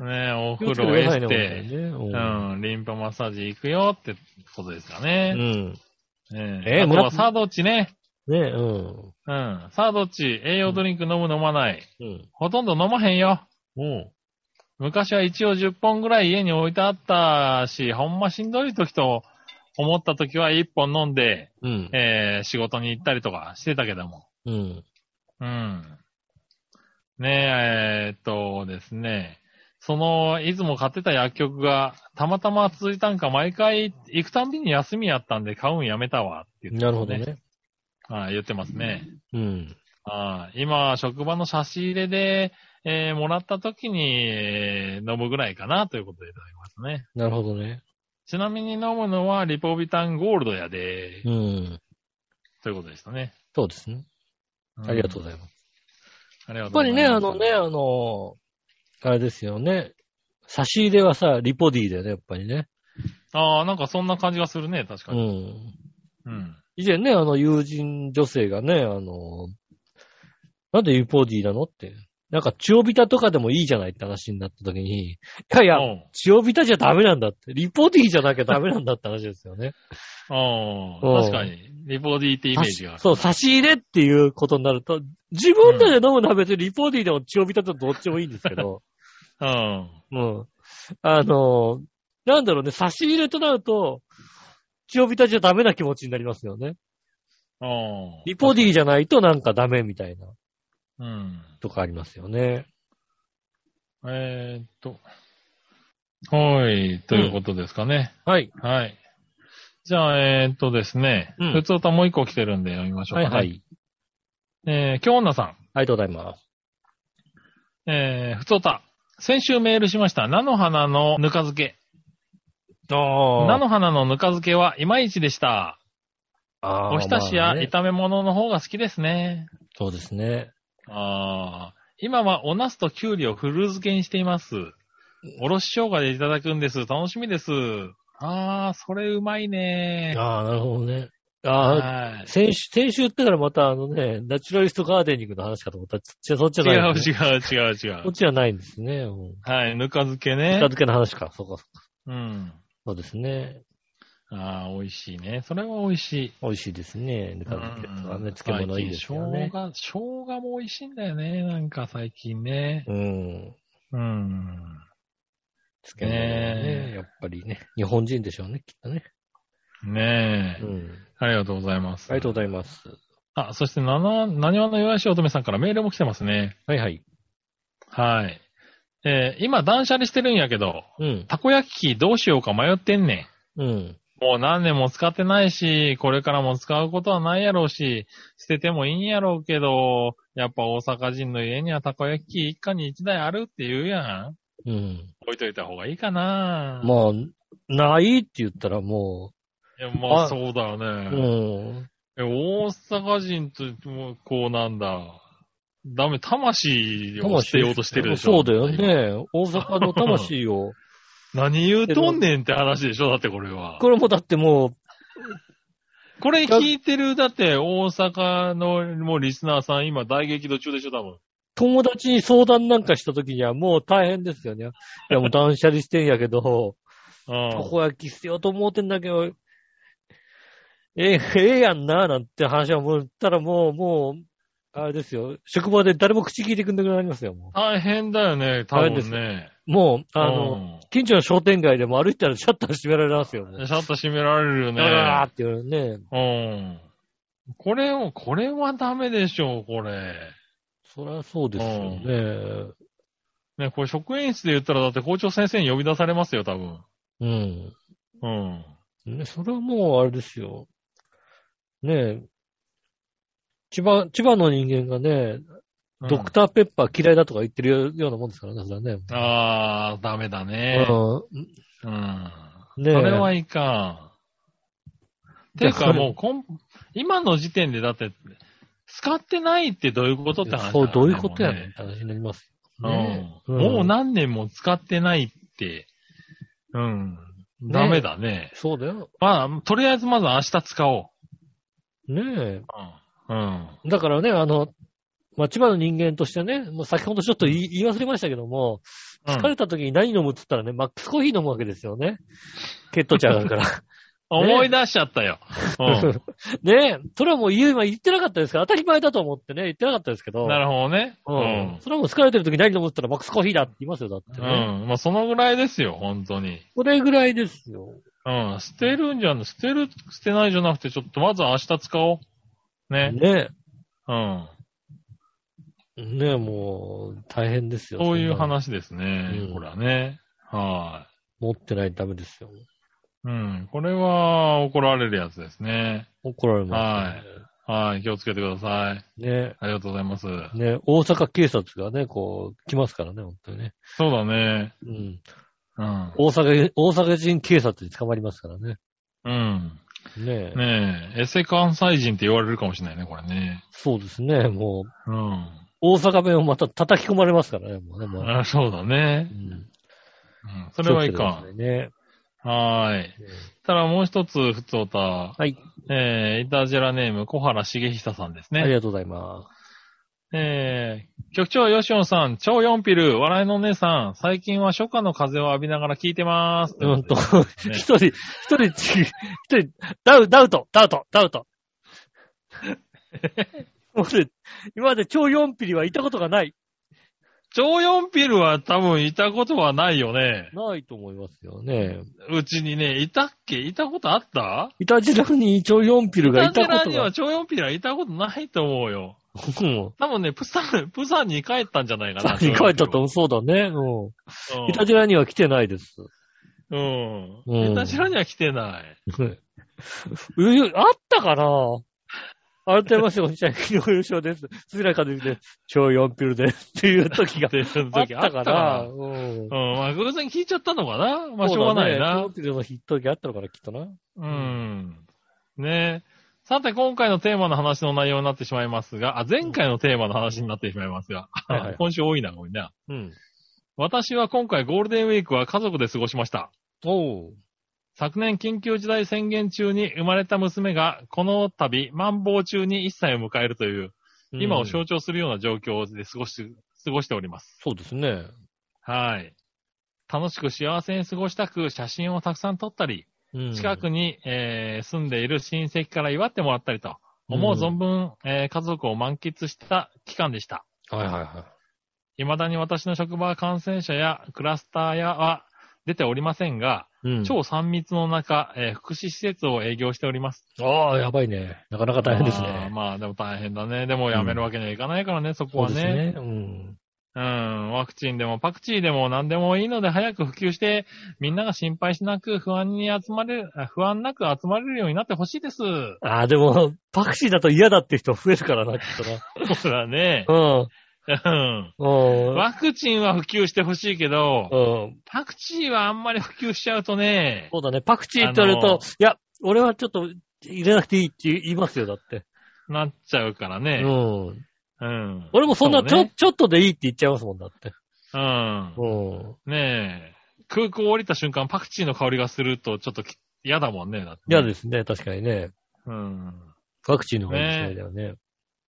C: ね、お
B: 気を
C: 風
B: つけ
C: 呂へ
B: ください
C: し
B: ね本
C: て、
B: 当に
C: う
B: ねうん
C: ん、リンパマッサージ行くよってことですかね。
B: うん。
C: ええ
B: え
C: あとは
B: 村
C: サードッチね。
B: ね、うん。
C: うん。サードッチ、栄養ドリンク飲む飲まない。
B: うん。
C: ほとんど飲まへんよ。
B: うん。
C: 昔は一応10本ぐらい家に置いてあったし、ほんましんどい時と思った時は1本飲んで、
B: うん。
C: えー仕事に行ったりとかしてたけども。
B: うん。
C: うん。ねえ、えーっとですね。その、いつも買ってた薬局が、たまたま続いたんか、毎回行くたんびに休みやったんで買うんやめたわって言って、
B: なるほど。ね。
C: はい、言ってますね。
B: うん。
C: ああ今、職場の差し入れで、えーもらった時に、えー飲むぐらいかなということでいただきますね。
B: なるほどね。
C: ちなみに飲むのはリポビタンゴールドやで、
B: うん。
C: ということでしたね。
B: そうですね。ありがとうございます。
C: うん。あり
B: や
C: がと
B: っ
C: う
B: ぱ
C: ござ
B: り
C: います。
B: ね、あのね、あの、あれですよね。差し入れはさ、リポディだよね、やっぱりね。
C: ああ、なんかそんな感じがするね、確か
B: う
C: に。
B: ん。
C: うん。
B: 以前ね、あの、友人女性がね、あの、なんでリポディなのって。なんか、チオビタとかでもいいじゃないって話になった時に、いやいや、
C: おう
B: チオビタじゃダメなんだって。リポディじゃなきゃダメなんだって話ですよね。
C: あ
B: うん
C: あ、確かに。リポディってイメージがある。
B: そう、差し入れっていうことになると、自分らで飲むのは別にリポディでもチオビタとどっちもいいんですけど、
C: うん。
B: うん。あの、なんだろうね、差し入れとなると、チオビタじゃダメな気持ちになりますよね。
C: ああ。
B: リポディじゃないとなんかダメみたいな
C: うん。
B: とかありますよね。
C: えーっと。はい、ということですかね。
B: はい。
C: はい。じゃあ、えーっとですね。
B: うん
C: 普通歌もう一個来てるんで読みましょう
B: は
C: か、
B: いは
C: ね。
B: い。
C: えー、京女さ
B: ありがとうございます。
C: ん。えー、普通歌。先週メールしました。菜の花のぬか漬け。
B: あ
C: 菜の花のぬか漬けはいまいちでした。
B: あー
C: おひたし
B: ま
C: や
B: あね
C: 炒め物の方が好きですね。
B: そうですね。
C: ああ。今はお茄子ときゅうりをフル漬けにしています。おろし生姜でいただくんです。楽しみです。ああ、それうまいね。
B: ああ、なるほどね。ああ、
C: はい。
B: 先週、先週言ってからまたあのね、ナチュラリストガーデニングの話かと思ったら、じゃあそっち
C: 違
B: じゃないうですね、
C: 違う違う違
B: こっ
C: う。
B: ちじゃないんですね。うん
C: はい、ぬか漬けね
B: ぬか。漬けの話か。そうか、そうか
C: うん。
B: そうですね。
C: ああ、美味しいね。それは美味しい。
B: 美味しいですね。ぬか漬けとか
C: う
B: ね、
C: ん
B: 漬物いいですよね。
C: 最近生姜、生姜も美味しいんだよね。なんか最近ね。
B: うん。
C: うん。
B: 漬物ね
C: ねえ
B: やっぱりね。日本人でしょうね、きっとね。
C: ねえ、
B: うん。
C: ありがとうございます。
B: ありがとうございます。
C: あ、そして、なな、なにわの岩井し乙女さんからメールも来てますね。
B: はいはい。
C: はい。えー今断捨離してるんやけど、
B: うん。
C: たこ焼き器どうしようか迷ってんねん。
B: うん。
C: もう何年も使ってないし、これからも使うことはないやろうし、捨ててもいいんやろうけど、やっぱ大阪人の家にはたこ焼き器一家に一台あるって言うやん。
B: うん。
C: 置いといた方がいいかなも
B: まあ、ないって言ったらも
C: う。いや、ま
B: あ
C: あそうだよ
B: う、
C: ね。
B: うん。
C: え大阪人と、もうこうなんだ。ダメ、魂を捨てようとしてるでしょ。
B: そうだよ。ね。大阪の魂
C: [LAUGHS]
B: を。
C: 何言うとんねんって話でしょ、だってこれは。
B: これもだっても
C: これ聞いてる、だって大阪のもうリスナーさん今大激怒中でしょ、多分。
B: う、友達に相談なんかした時にはもう大変ですよね。いやもう断捨離してんやけど、た
C: うん。
B: こ焼き必要と思うてんだけど、ええ、ええやんな、なんて話はもう、たらもう、もう、あれですよ。職場で誰も口聞いてくんなくなりますよ、も
C: 大変だよね、多
B: 大変です
C: 分ね。
B: う。もう、あの、近所の商店街でも歩いたらシャッター閉められますよ、も
C: う
B: う。
C: ん、シャッター閉められるよ
B: うわー
C: ね。
B: って言われるね。
C: うん。これを、これはダメでしょう、これ。
B: そりゃそうですよね。
C: ね、これ職員室で言ったらだって校長先生に呼び出されますよ、多分。
B: うん。
C: うん。
B: ね、それはもうあれですよ。ねえ、千葉、千葉の人間がね、
C: うん
B: ドクターペッパー嫌いだとか言ってるようなもんですからね、それはね。
C: あー、ダメだね。
B: うん
C: うん。
B: ねえ
C: それはいかん。
B: いや
C: て
B: それ
C: かもうこん、今の時点でだって、使ってないってどういうことって話だ
B: そ
C: よ
B: う、
C: ね
B: どういうことやねんって話になりますよ。ね
C: もう
B: え
C: ねうんもう、何年も使ってないって、うん。
B: ね
C: ダメだね。
B: そうだよ。
C: まあ、とりあえずまず明日使おう。
B: ね
C: うん。うん。
B: え。だからね、あの、まあ、千葉の人間としてね、もう先ほどちょっと言い言い忘れましたけども、
C: うん
B: 疲れた時に何飲むって言ったらね、マックスコーヒー飲むわけですよね。血糖値上がるから。
C: [LAUGHS] 思い出しちゃったよ。う
B: ねえ、それはもう言えば言ってなかったですから、当たり前だと思ってね、言ってなかったですけど。
C: [LAUGHS] ん。なるほどね。う
B: うん
C: ん。
B: それはもう疲れてる時何飲むって言ったらマックスコーヒーだって言いますよ、だって
C: う
B: ね。
C: ん。まあ、そのぐらいですよ、本当に。
B: これぐらいですよ。
C: うん。捨てるんじゃん。捨てる、捨てないじゃなくて、ちょっとまず明日使おう。ね。
B: ね
C: うん。
B: え。ねえ、もう、大変ですよ。
C: そういうん
B: なの
C: 話ですね
B: う。ん
C: これはね。は
B: 持ってないとダメですよ。
C: い。うん。これは怒られるやつですね。
B: 怒られます
C: はい。気をつけてください。
B: よね。
C: ありがとうございます。
B: ねえ。ねえ、大阪警察がね、こう、来ますからね、本当にね。
C: そうだね。
B: うん。
C: うん。
B: 大阪、大阪人警察に捕まりますからね。
C: うん。
B: ねえ。
C: ねえ、エセ関西人って言われるかもしれないね、これね。
B: そうですね、もう、
C: うん。
B: 大阪弁をまた叩き込まれますからね、もうね、もう。
C: あそうだ
B: う
C: ね。
B: ん
C: うん。それはいか
B: 気をつけてくださいね。
C: ん。はーい。ただもう一つ、ふつおた。
B: はい。
C: えー、イタジェラネーム、小原茂久さんです
B: あり
C: ね。
B: がとうございま
C: えー、局長、ヨシオンさん、超ヨンピル、笑いのお姉さん、最近は初夏の風を浴びながら聞いてます。
B: す。うんと、
C: [LAUGHS] ね
B: [LAUGHS] 一人、一人ち、一人、ダウ、ダウト、ダウト、ダウ
C: [LAUGHS]
B: ト。俺、今まで超四ピリはいたことがない。
C: 超ヨンピルは多分いたことはないよね。
B: ないと思いますよね。
C: うちにね、いたっけいたことあった
B: いたじらに超四ピルが
C: イ
B: い
C: タ
B: た
C: ジェラ
B: こと
C: に
B: が
C: は。超ヨンピルはいたことないと思うよ。
B: うん。
C: 多分ね、プサン、 [LAUGHS] プサンに帰ったんじゃないかな。
B: 何書いたと、そうだね。う。
C: うん
B: いたじらには来てないです。
C: ん。う
B: うん
C: ん。いたじらには来てない。
B: うゆあったかなありがとうございます。おちゃん、昨日優勝です。すらかずで、超四ピルです。っていう時が
C: っ。てい
B: あ
C: う
B: っ
C: 時あ
B: た
C: ったか
B: から、
C: ら。うん。
B: うん。
C: まあ、偶然聞いちゃったのかなまあ、しょうがないな。
B: そうだね。ピルのヒット時あったのかな、きっとな。
C: うん。ねさて、今回のテーマの話の内容になってしまいますが、あ、前回のテーマの話になってしまいますが、
B: うんはいはい
C: [LAUGHS] 今週多いな、これな。
B: うん。
C: 私は今回ゴールデンウィークは家族で過ごしました。
B: おう。
C: 昨年緊急事態宣言中に生まれた娘が、この度、マンボウ中に1歳を迎えるという、今を象徴するような状況で過ごし、過ごしております。
B: そうですね。
C: はい。楽しく幸せに過ごしたく、写真をたくさん撮ったり、
B: うん
C: 近くに、えー住んでいる親戚から祝ってもらったりと、思う
B: うん
C: 存分、えー家族を満喫した期間でした。
B: はいはいは
C: 未だに私の職場は感染者やクラスターやは出ておりませんが、
B: い。うん
C: 超3密の中、えー福祉施設を営業しております。
B: ああ、やばいね。なかなか大変です
C: あー
B: ね。
C: まあでも大変だね。でもやめるわけにはいかないからね、そこ
B: そう
C: は
B: です
C: ね。
B: ね。うん。
C: うん、ワクチンでもパクチーでも何でもいいので早く普及して、みんなが心配しなく不安に集まれ [LAUGHS] る、あ不安なく集まれるようになってほし
B: [LAUGHS]
C: いです。そ
B: ああ、でも、パクチーだと嫌だって人増えるからな、きっ
C: うだね
B: と。な。
C: うん。
B: うん。うん。
C: ワクチンは普及してほしいけど、
B: うん。
C: パクチーはあんまり普及しちゃうとね、
B: そうだね。パクチーって言われる
C: あの
B: と、いや、俺はちょっと入れなくていいって言いますよ、だって。
C: なっちゃうから
B: う
C: ね。
B: ん。
C: うん。
B: 俺もそんなち
C: う
B: ょ、
C: ね
B: ちょっとでいいって言っちゃいますもんだって。
C: うん。
B: うん。
C: ねえ。空港降りた瞬間パクチーの香りがするとちょっとき嫌だもんね。だってね
B: 嫌ですね、確かにね。
C: うん。
B: ワクチンの方がいいみたいだよね。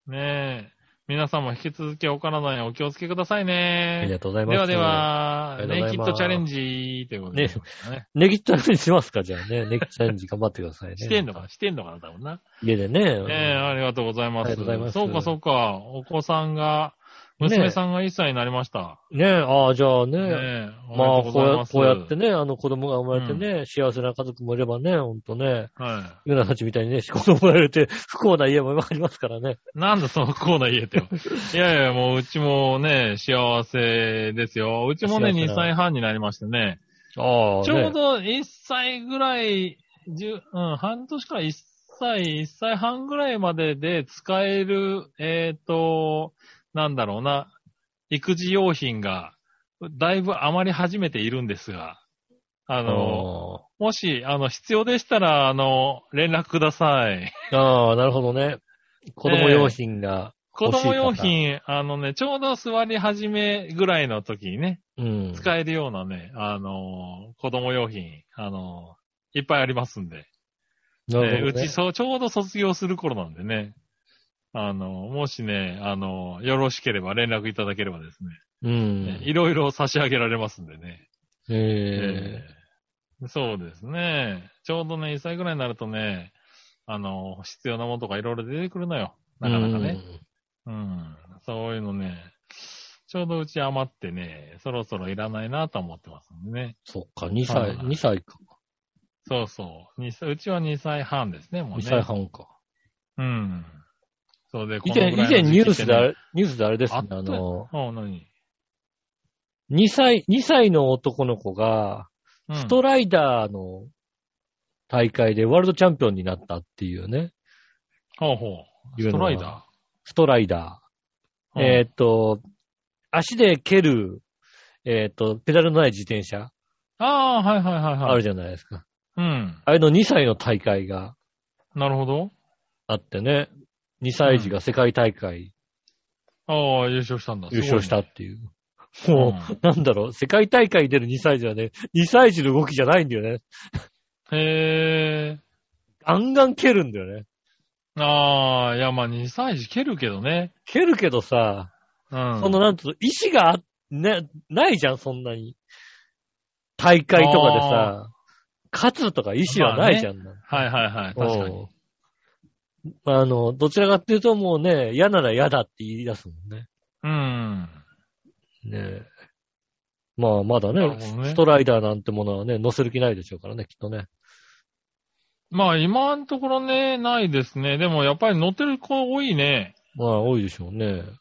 C: ねえ。皆さんも引き続きお体にお気をつけください
B: あり
C: ね。
B: がとうございます。
C: ではで。は
B: あ、りがとう
C: ネ
B: ご
C: イ
B: ざい
C: キッ
B: ます
C: ドチャレンジということで。ね。
B: ネギチャレンジしますかじゃあね。ネギチャレンジ頑張ってくださいね。
C: [LAUGHS] してんのかなしてんのかな多分な。
B: 家でね。
C: ええありがとうございます。
B: ありがとうございます
C: そうか、そうか。お子さんが、
B: ねえ
C: 娘さんが1歳になりました。
B: ねえ、ああ、じゃあね。
C: ねえ。
B: まあ
C: おめ
B: こ
C: でとご
B: う
C: ざい
B: や、
C: ます
B: こうやって。ね、あの子供が生まれてね、幸せな家族もいればね、ほんとね、
C: は
B: ゆなたちみたいにね、子供生まれて [LAUGHS] 不幸な家もありますからね。
C: い。なんだそのコーナー言え
B: [LAUGHS]
C: てよ。いやいや、もううちもね、幸せですよ。うちもね、
B: 幸せだ
C: 2歳半になりましてね。
B: ああ、
C: ちょうど1歳ぐらい、じゅうん、半年から1歳、1歳半ぐらいまでで使える、えっ、と、なんだろうな、育児用品が、だいぶ余り始めているんですが、あ
B: あ
C: の、
B: の
C: もし、あの、必要でしたら、あの、連絡ください。
B: ああ、なるほどね。子供用品が
C: 子
B: 欲しい方
C: 供用品、あのね、ちょうど座り始めぐらいの時にね、
B: うん。
C: 使えるようなね、あの、子供用品、あの、いっぱいありますんで。
B: なる
C: ね
B: ほ
C: う
B: どね
C: ちそう、ちょうど卒業する頃なんでね。あの、もしね、あの、よろしければ連絡いただければですね。
B: うん
C: ね。いろいろ差し上げられますんでね。
B: え
C: えそうですね。ちょうどね、1歳ぐらいになるとね、あの、必要なものとかいろいろ出てくるのよ。
B: え
C: なかなかね。。うん。そういうのね、ちょうどうち余ってね、そろそろいらないなと思ってますんでね。
B: そっか、2
C: は
B: 歳、
C: い
B: 2歳か。
C: そうそう。二歳うちは2歳半ですね、も
B: 2
C: うね。
B: 歳半か。
C: うん。そうで、
B: 以前、以前ニュースであれ、ニュースであれです
C: あ
B: ね
C: っ、た
B: あ
C: よ
B: の、
C: あ、何
B: 2歳、2歳の男の子が、
C: うん
B: ストライダーの大会でワールドチャンピオンになったっていうね、
C: ほうほう。ストライダ
B: ストライダ
C: ー。
B: ー。えーっと、足で蹴る、えーっと、ペダルのない自転車
C: うんああ、はいはいはいはい。
B: あるじゃないですか。
C: うん。
B: あれの2歳の大会が
C: なるほど。
B: あってね、2歳児が世界大会
C: ああ、優勝したんだ。
B: 優勝した
C: す
B: っていう。
C: ごいね。
B: もう、なんだろう、世界大会に出る2歳児はね、2歳児の動きじゃないんだよね。
C: うんへえ。
B: ガンガン蹴るんだよね。
C: ああ、いや、まあ、2歳児蹴るけどね。
B: 蹴るけどさ、
C: うん。
B: そのなんつうの、意志があ、ね、ないじゃん、そんなに。大会とかでさ、勝つとか意志はないじゃん。
C: はいはいはい。確かに。
B: うんあの、どちらかっていうともうね、嫌なら嫌だって言い出すもんね。
C: うん。
B: ねえまあ、まだ
C: な
B: ね
C: るほどね
B: ストライダーなんてものはね、乗せる気ないでしょうからね、きっとね。
C: まあ、今のところね、ないですね。でも、やっぱり乗ってる子多いね。
B: まあ、多いでしょうね。
C: う。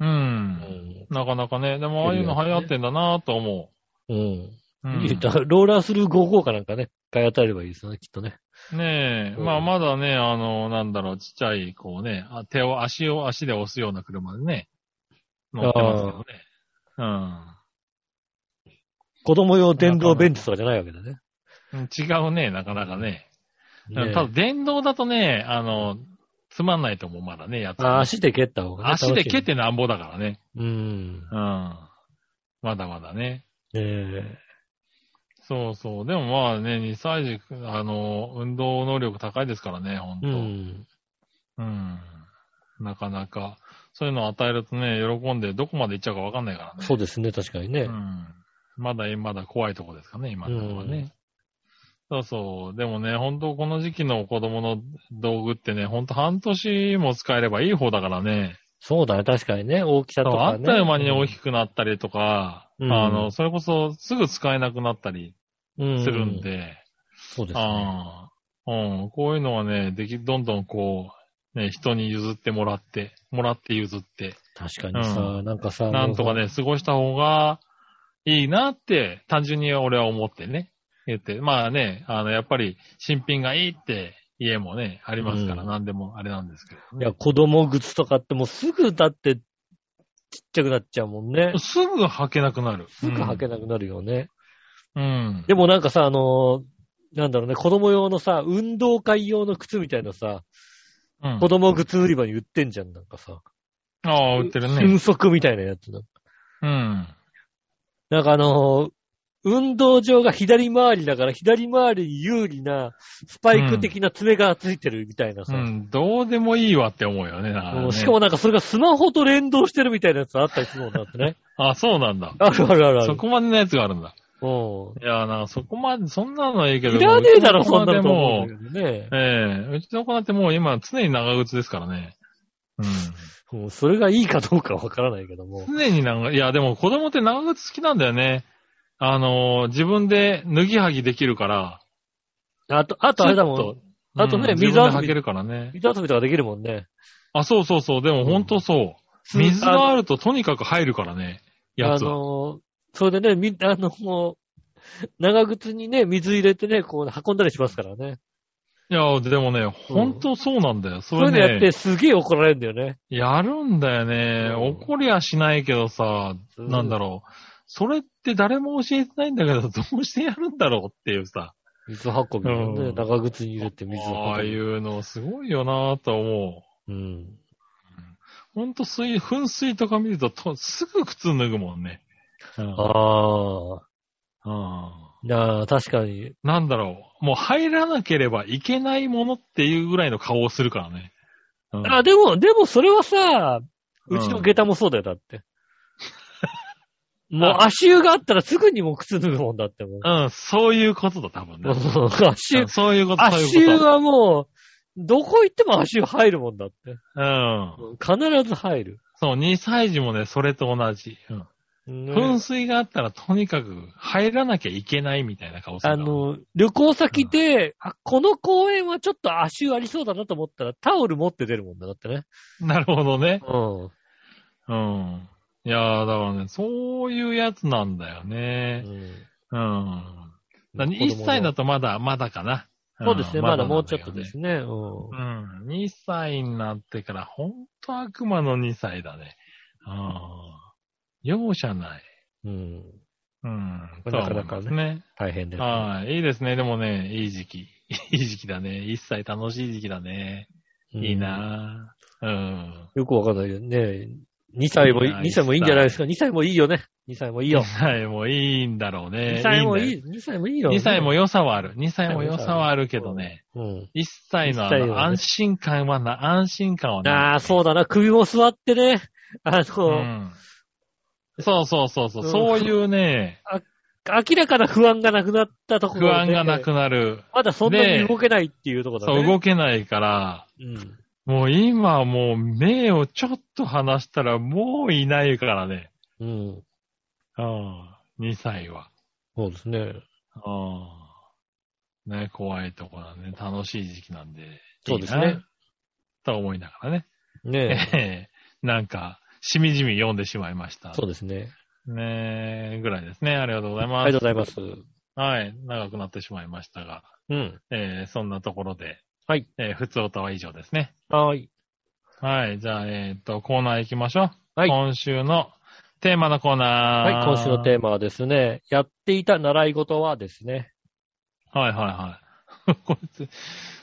B: うんん。
C: なかなかね。でも、ああいうの流行ってんだなと思
B: うん。
C: う。う
B: いい
C: ん。
B: だローラースルー55かなんかね、買い当たればいいですよね、きっとね。
C: ねえ。
B: うん
C: まあ、まだね、あの、なんだろう、ちっちゃい、こうね、あ手を、足を足で押すような車でね、乗ってますけどね。うん。
B: 子供用電動ベンツとかじゃないわけだね。
C: うん違うね、なかなかね。うん
B: ね
C: ただ、電動だとね、あの、つまんないと思う、まだね、やつ、
B: あ足で蹴った方が、ね、
C: 足で蹴
B: 楽し
C: っ
B: いね。
C: てなんぼだからね。
B: うん。
C: うん。まだまだね。
B: ねえ
C: そうそう。でもまあね、2歳児、あの、運動能力高いですからね、ほんと。
B: うん。
C: うんなかなか、そういうのを与えるとね、喜んでどこまで行っちゃうかわかんないからね。
B: そうですね、確かにね。
C: うん。まだ、まだ怖いとこですかね、今のところね。そうそう。でもね、本当この時期の子供の道具ってね、ほんと半年も使えればいい方だからね。
B: そうだね、確かにね。大きさと
C: そうあ
B: か、
C: っ
B: ね。
C: たよ間に大きくなったりとか、
B: うん
C: あの、それこそすぐ使えなくなったり
B: く
C: するんで、
B: そうですね。
C: ああ、うん、こういうのはね、でき、どんどんこう、ね、人に譲ってもらって、もらって譲って、
B: 確かにさ、
C: う
B: なんかさ、
C: なんとかね、過ごした方がいいなって、単純に俺は思ってね。言って。まあね、あの、やっぱり新品がいいって家もね、ありますから、
B: うん
C: 何でもあれなんですけど
B: い
C: ね、
B: や、子供靴とかってもうすぐだってちっちゃくなっちゃうもんね。
C: すぐ履けなくなる。
B: すぐ履け
C: な
B: なくなるよね。
C: うん。うん。
B: でもなんかさ、あのーなんだろうね、子供用のさ、運動会用の靴みたいなさ、
C: うん
B: 子供靴売り場に売ってんじゃん、なんかさ。
C: ああ、売ってるね。
B: 瞬足みたいなやつの。
C: うん。
B: なんかあのー運動場が左回りだから、左回りに有利な、スパイク的な爪がついてるみたいな
C: う
B: さ。
C: ん。どうでもいいわって思うよね。だから
B: う
C: ね
B: んしかもなんかそれがスマホと連動してるみたいなやつあったりするもんだってね。
C: あ、そうなんだ。
B: [LAUGHS] あるあるあるあ
C: そ
B: る。
C: こまでのやつがあるんだ。
B: う
C: いや、なんかそこまで、そんなのはいいけど。
B: ん。いらねえだろ、
C: うちの
B: そ
C: 子
B: んな
C: で
B: のと
C: も
B: 思うんだけどね。
C: ええうちの子だってもう今常に長靴ですからね。
B: [LAUGHS]
C: うん。
B: うんそれがいいかどうかわからないけども。
C: 常に長、いやでも子供って長靴好きなんだよね。あのー自分で脱ぎはぎできるから。
B: あと、あとあれだも
C: ちょっ
B: ん。
C: と
B: あとね
C: うん
B: 水
C: 自分で
B: 遊
C: 履
B: び
C: けるからね。
B: 水遊びとかできるもんね。
C: あ、そうそうそう。でもほんとそう。水があ
B: る
C: るととにかく入るからね。や
B: あ
C: つは。
B: の、それでね、み、あの、もう、長靴にね、水入れてね、こう、運んだりしますからね。
C: いや、でもね、ほんとそうなんだよ。そ
B: そういう
C: れ
B: のやって
C: ね、
B: すげえ怒られるんだよね。
C: やるんだよね。
B: うん
C: 怒りはしないけどさ、
B: うん
C: なんだろう。それって誰も教えてないんだけど、どうしてやるんだろうっていうさ。
B: 水運びのね、
C: うん
B: 長靴に入れて水運び。。
C: ああいううのすごいよなぁと思う。
B: うん。
C: ほんと水、噴水とか見るととすぐ靴脱ぐもんね。あ
B: ああ。
C: あ
B: なあ、確かに。
C: なんだろう。もう入らなければいけないものっていうぐらいの顔をするからね。うん
B: あ、でも、でもそれはさ、うちの下駄もそうだよ、だ [LAUGHS] って。もう足湯があったらすぐにもう靴脱ぐもんだってもう。
C: うん、そういうことだ、多分ね。
B: もう足湯、
C: そういうこと、そう
B: 足湯
C: いうこと。
B: はもう、どこ行っても足湯入るもんだって。
C: うん。
B: 必ず入る。
C: そう、2歳児もね、それと同じ。うん。噴水があったらとにかく入らなきゃいけないみたいな顔する。
B: あ、の、旅行先で、あこの公園はちょっと足湯ありそうだなと思ったらタオル持って出るもんだ、だってね。
C: なるほどね。
B: うん。
C: うん。いやー、だからね、そういうやつなんだよね。うん。だ
B: うん
C: 1歳だとまだ、まだかな。ん
B: そうですね、まだもうちょっと
C: なん
B: で
C: だよね
B: すね。うん
C: うん。2歳になってから、ほんと悪魔の2歳だね。うん。容赦ない。
B: うん。
C: うん。
B: なかなかね
C: とは思いますね。
B: 大変ですね。
C: はい。いいですね。でもね、いい時期。 [LAUGHS] いい時期だね。1歳楽しい時期だね。
B: うん
C: いいなぁうん。
B: よくわかんないけどね。2歳もいい、
C: ナイス
B: 2歳もいいんじゃないですか。2歳もいいよね。2歳もいい
C: [LAUGHS]
B: よ
C: 2。歳もいいんだろうね。
B: 2歳もい
C: い
B: い、2歳もいいよ。
C: 2歳も良さはある。2歳も良さはあるけどね。
B: うん。
C: 1歳のあ
B: 一歳は
C: の
B: ね
C: 安心感はな、安心感はな。
B: ああ、そうだな。首も座ってね。あ
C: う
B: の、
C: ん。そうそうそうそう。
B: うん
C: そういう
B: [LAUGHS]
C: ね、
B: 明らかな不安がなくなったところ
C: 不
B: で
C: 安がなくなる。
B: まだそんなに動けないっていうところだ
C: そ
B: ね。
C: う、動けないから、
B: うん。
C: もう今もう目をちょっと離したらもういないからね。
B: うん。
C: うん。2歳は。
B: そうですね。
C: ああ。ね、怖いとこだね。楽しい時期なんで。
B: そうですね
C: いいな。と思いながらね。
B: ね
C: ええなんか、しみじみ読んでしまいました
B: え。。そうですね。
C: ねえ、ぐらいですね。ありがとうござい
B: あ
C: ます。
B: りがとうございます。
C: はい。長くなってしまいましたが、
B: うん。
C: ええそんなところで、
B: はい。
C: ええ普通歌は以上ですね。
B: はーい。
C: はい。じゃあ、えっ、と、コーナー行きましょう。
B: はい
C: 今週のテーマのコーナー
B: はい、。今週のテ
C: ー
B: ーマはですね、やっていた習い事はですね。
C: マ。はいはいはい。 [LAUGHS] こいつ、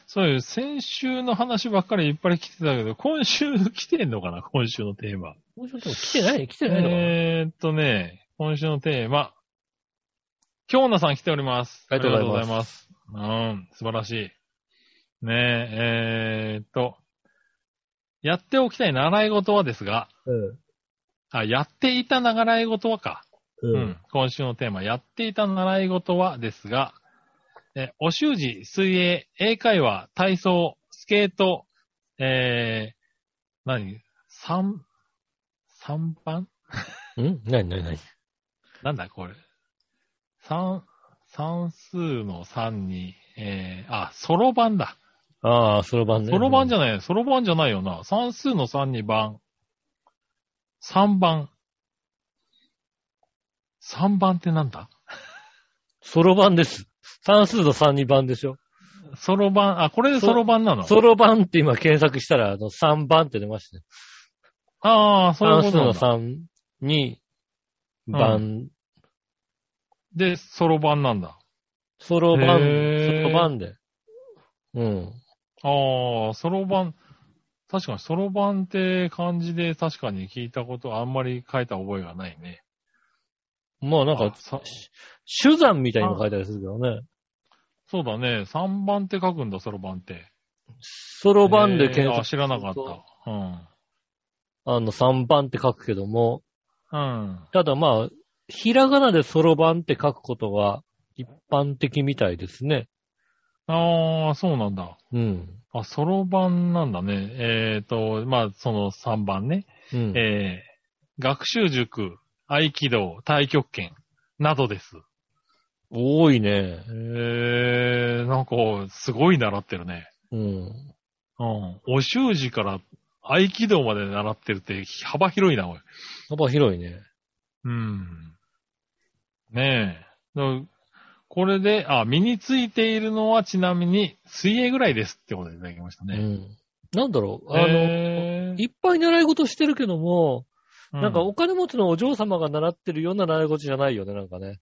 C: そういう、先週の話ばっかりいっぱい来てたけど、今週来てんのかな今週のテーマ。
B: 今週のテーマ来てない来てないのかな、
C: えーっとね、今週のテーマ。京奈さん来ております。
B: ありがとうござい
C: ありがとうございます。うん、素晴らしい。ねえ、えーっと、やっておきたい習い事はですが、あ、やっていた習い事はか。
B: う。
C: うんん、今週のテーマ、やっていた習い事はですが、え、お習字、水泳、英会話、体操、スケート、えー、何三、三番
B: うん何何何
C: なんだこれ。算、算数の3に、えー、あ、そろばんだ。
B: ああ、そろばんね。
C: そろばんじ
B: ゃ、
C: ゃない、そろばんじゃないよな。算数の3に番。3番。3番ってなんだ
B: そろばんです。算数の3、2番でしょ。
C: そろばん、あ、これでそろばんなの
B: そろばんって今検索したら、あの、3番って出ましたね。
C: ああ、そういう
B: 算数
C: ことなん
B: の
C: だ。
B: 3、2番、
C: で、そろばんなんだ。
B: そろばん、
C: へー
B: そろばんで。うん。
C: ああ、そろばん。確かに、そろばんって漢字で確かに聞いたこと、あんまり書いた覚えがないね。
B: まあなんか
C: あ、さ
B: し手段みたいにも書いたりするけどね。
C: そうだね。3番って書くんだ、そろばんって。
B: そろばんで
C: え
B: 検
C: ーあ、
B: 索、
C: 知らなかっ
B: そ
C: た。うん。
B: あの、3番って書くけども、
C: うん。
B: ただまあ、ひらがなでそろばんって書くことは一般的みたいですね。
C: ああ、そうなんだ。
B: うん。
C: あ、そろばんなんだね。えっ、と、まあ、その3番ね。
B: うん。
C: えー、学習塾、合気道、太極拳、などです。
B: 多いね。
C: えー、なんか、すごい習ってるね。
B: うん。
C: うん。お習字から合気道まで習ってるって幅広いな、おい。
B: 幅広いね。
C: うん。ねえ。だからこれで、あ、身についているのはちなみに水泳ぐらいですってことでいただきました
B: う
C: ね。
B: ん。なんだろう、あの、
C: へえ
B: いっぱい習い事してるけども、
C: う
B: なんかお金持ちのお嬢様が習ってるような習い事じゃないよね、なんか [LAUGHS] ね。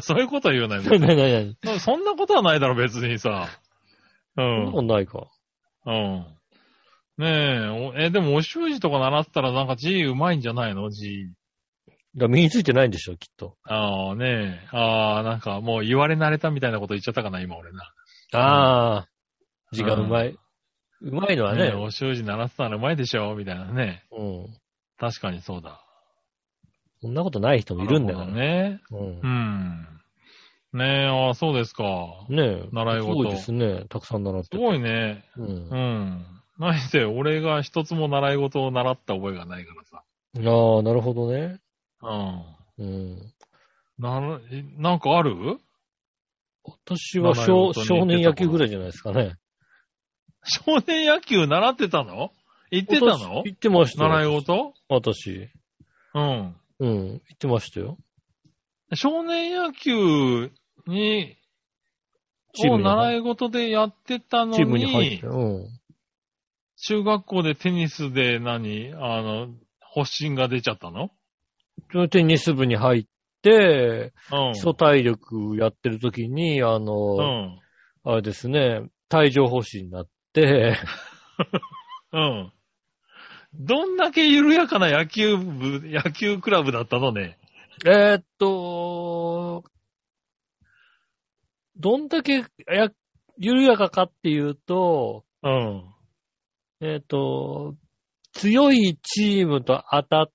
C: そういうことは言うなよ。
B: ないないない。
C: そそんなことはないだろ、別にさ。う
B: [LAUGHS] そんなんこ。とないか。
C: うん。ねえ、おえ、でもお習字とか習ってたらなんか字うまいんじゃないの字。
B: だから身についてないんでしょ、きっと。
C: ああ、ねえ。ああ、なんかもう言われ慣れたみたいなこと言っちゃったかな、今俺な。
B: ああ、字がうまい。うまいのは
C: ね
B: ね、
C: お習字鳴らせたらうまいでしょみたいなね。
B: うん。
C: 確かにそうだ。
B: そんなことない人もいるんだから
C: なほどね。
B: うん
C: うん。ねえ、ああ、そうですか。
B: ねえ。
C: 習い事
B: すごいですね。たくさん習って
C: す
B: て。
C: ごいね。
B: う。
C: うんん。何せ、俺が一つも習い事を習った覚えがないからさ。
B: ああ、なるほどね。
C: うん。
B: うん。
C: なる、えなんかある
B: 私は
C: 習い
B: 少
C: 事に行ってた
B: 少年野球ぐらいじゃないですかね。
C: 少年野球習ってたの行ってた
B: 私
C: の
B: 行ってましたよ。
C: 習い事
B: 私。
C: うん。
B: うん。行ってましたよ。
C: 少年野球に、
B: チーム
C: を
B: に
C: 習い事でやってたの
B: チームに入っ
C: に
B: て。、うん。
C: 中学校でテニスで何あの、発疹が出ちゃったの
B: そのテニス部に入って、
C: うん。
B: 基礎体力やってる時に、あ
C: う
B: の、
C: ん。
B: あれですね、帯状疱疹になって、
C: うん。どんだけ緩やかな野球部、野球クラブだったのね。
B: えーっと、どんだけや緩やかかっていうと、
C: うん。
B: えーっと、強いチームと当たっ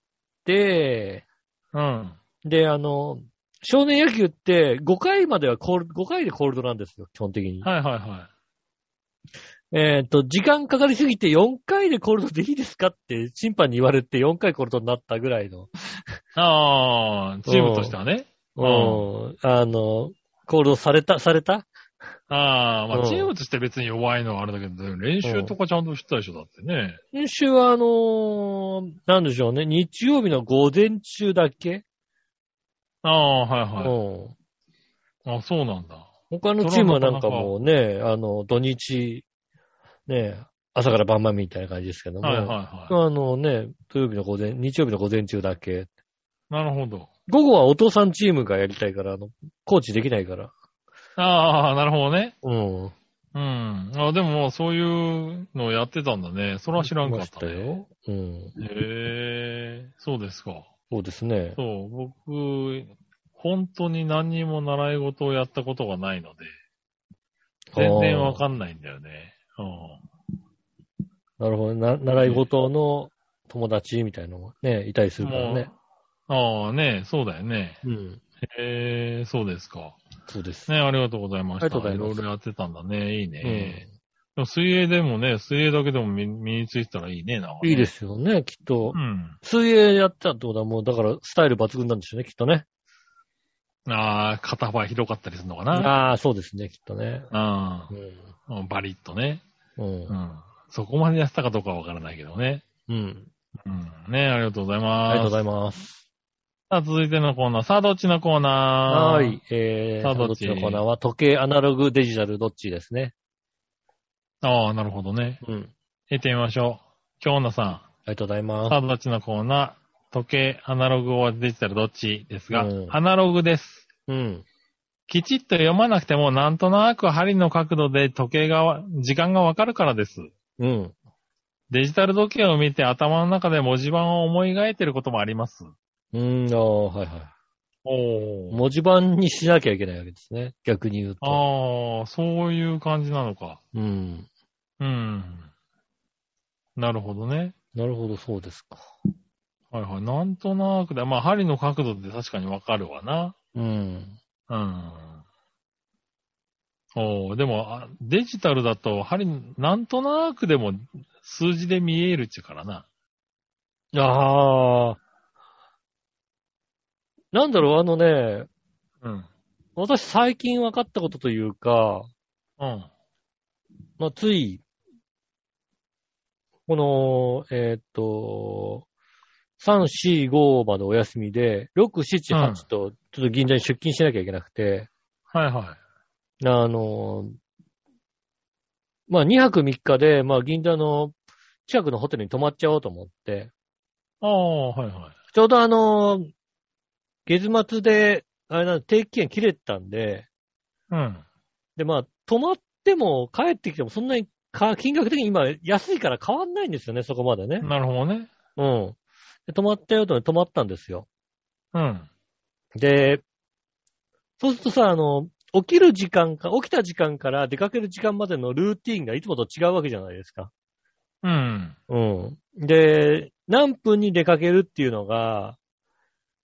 B: て、
C: うん。
B: で、あの、少年野球って5回まではコール、5回でコールドなんですよ、基本的に。
C: はいはいは
B: えーっと、時間かかりすぎて4回でコールドでいいですかって審判に言われて4回コールドになったぐらいの、
C: い。ああ、チームとしてはね。
B: うん、あの、コールドされた、された
C: ああ、ま
B: うん
C: あチームとして別に弱いのはあれだけど、練習とかちゃんとしてたでしょ、だってね。
B: 今週は、あのーなんでしょうね、日曜日の午前中だけ、
C: ああ、はいは
B: うん。
C: い。あそうなんだ。
B: 他のチームはなんかもうね、あの、土日、ね、朝から晩までみたいな感じですけども、
C: はいはいはい。
B: あのね、土曜日の午前、日曜日の午前中だけ。
C: なるほど。
B: 午後はお父さんチームがやりたいから、あの、コーチできないから。
C: ああ、なるほどね。
B: うん。
C: うん。あでももうそういうのをやってたんだね。それは知らんかった、
B: いました
C: ね。
B: よ。うん。
C: へえ、そうですか。
B: そうですね。
C: そう、僕、本当に何にも習い事をやったことがないので、全然わ
B: あ
C: かんないんだよね。う
B: ーなるほどね。な習い事の友達みたいなのがね、いたりす
C: ん。
B: るからね。
C: う、ああ、ねそうだよね。
B: うん。
C: へえ、そうですか。
B: そうです。
C: ね、ありがとうございました。
B: ありがとうございます
C: ろいろやってたんだね。いいね。
B: うん
C: でも水泳でもね、水泳だけでも身身についてたらいいね、なんかね
B: いいで。すよね、きっと
C: う。ん。
B: 水泳やってたってことはもう、だからスタイル抜群なんでしょうね、きっとね。
C: ああ、肩幅広かったりするのかな。
B: ああー、そうですね、きっとね。
C: あ
B: う
C: あ、うんバリッとね。
B: ん。
C: う
B: うん。
C: ん。そこまでやってたかどうかはわからないけどね。
B: うん。
C: うん。ねありがとうござい
B: あ
C: ます。
B: りがとうございます。
C: さあ、続いてのコーナー、さあ、どっちのコーナー
B: は。い。えー、
C: さあ
B: さあど
C: ど
B: っ
C: っち
B: ちのコーナーは、時計、アナログ、デジタル、どっちですね。
C: ああ、なるほどね。
B: うん。
C: 行ってみましょう。京奈さん、
B: ありがとうございます。
C: さあ、どっちのコーナー、時計、アナログはデジタルどっちですが、
B: うん
C: アナログです。
B: うん。
C: きちっと読まなくても、なんとなく針の角度で時計が、時間がわかるからです。
B: うん。
C: デジタル時計を見て頭の中で文字盤を思い描いてることもあります。
B: うん、ああ、はいは
C: お
B: い。文字盤にしなきゃいけないわけですね。逆に言うと。
C: ああ、そういう感じなのか。
B: うん。
C: うん。なるほどね。
B: なるほど、そうですか。
C: はいはい。なんとなくだ。まあ、針の角度で確かにわかるわな。
B: うん。
C: うん。おーでも、あデジタルだと、針、なんとなくでも数字で見えるっちゅうからな。
B: ああ。なんだろう、あのね、
C: うん。
B: 私最近分かったことというか、
C: うん。
B: まあ、つい、この、えーっと、3、4、5までお休みで、6、7、
C: うん
B: 8と、ちょっと銀座に出勤しなきゃいけなくて、
C: はいは
B: あの、まあ、2泊3日で、まあ、銀座の近くのホテルに泊まっちゃおうと思って、
C: い。ああ、はいはい。
B: ちょうどあの、月末で、あれなん定期券切れてたんで、
C: うん。
B: で、まあ、泊まっても帰ってきてもそんなにか金額的に今安いから変わんないんですよね、そこまでね。
C: なるほどね。
B: うん。で泊まったよと思って泊まったんですよ。
C: うん。
B: で、そうするとさ、あの、起きる時間か、起きた時間から出かける時間までのルーティンがいつもと違うわけじゃないですか。
C: うん。
B: うん。で、何分に出かけるっていうのが、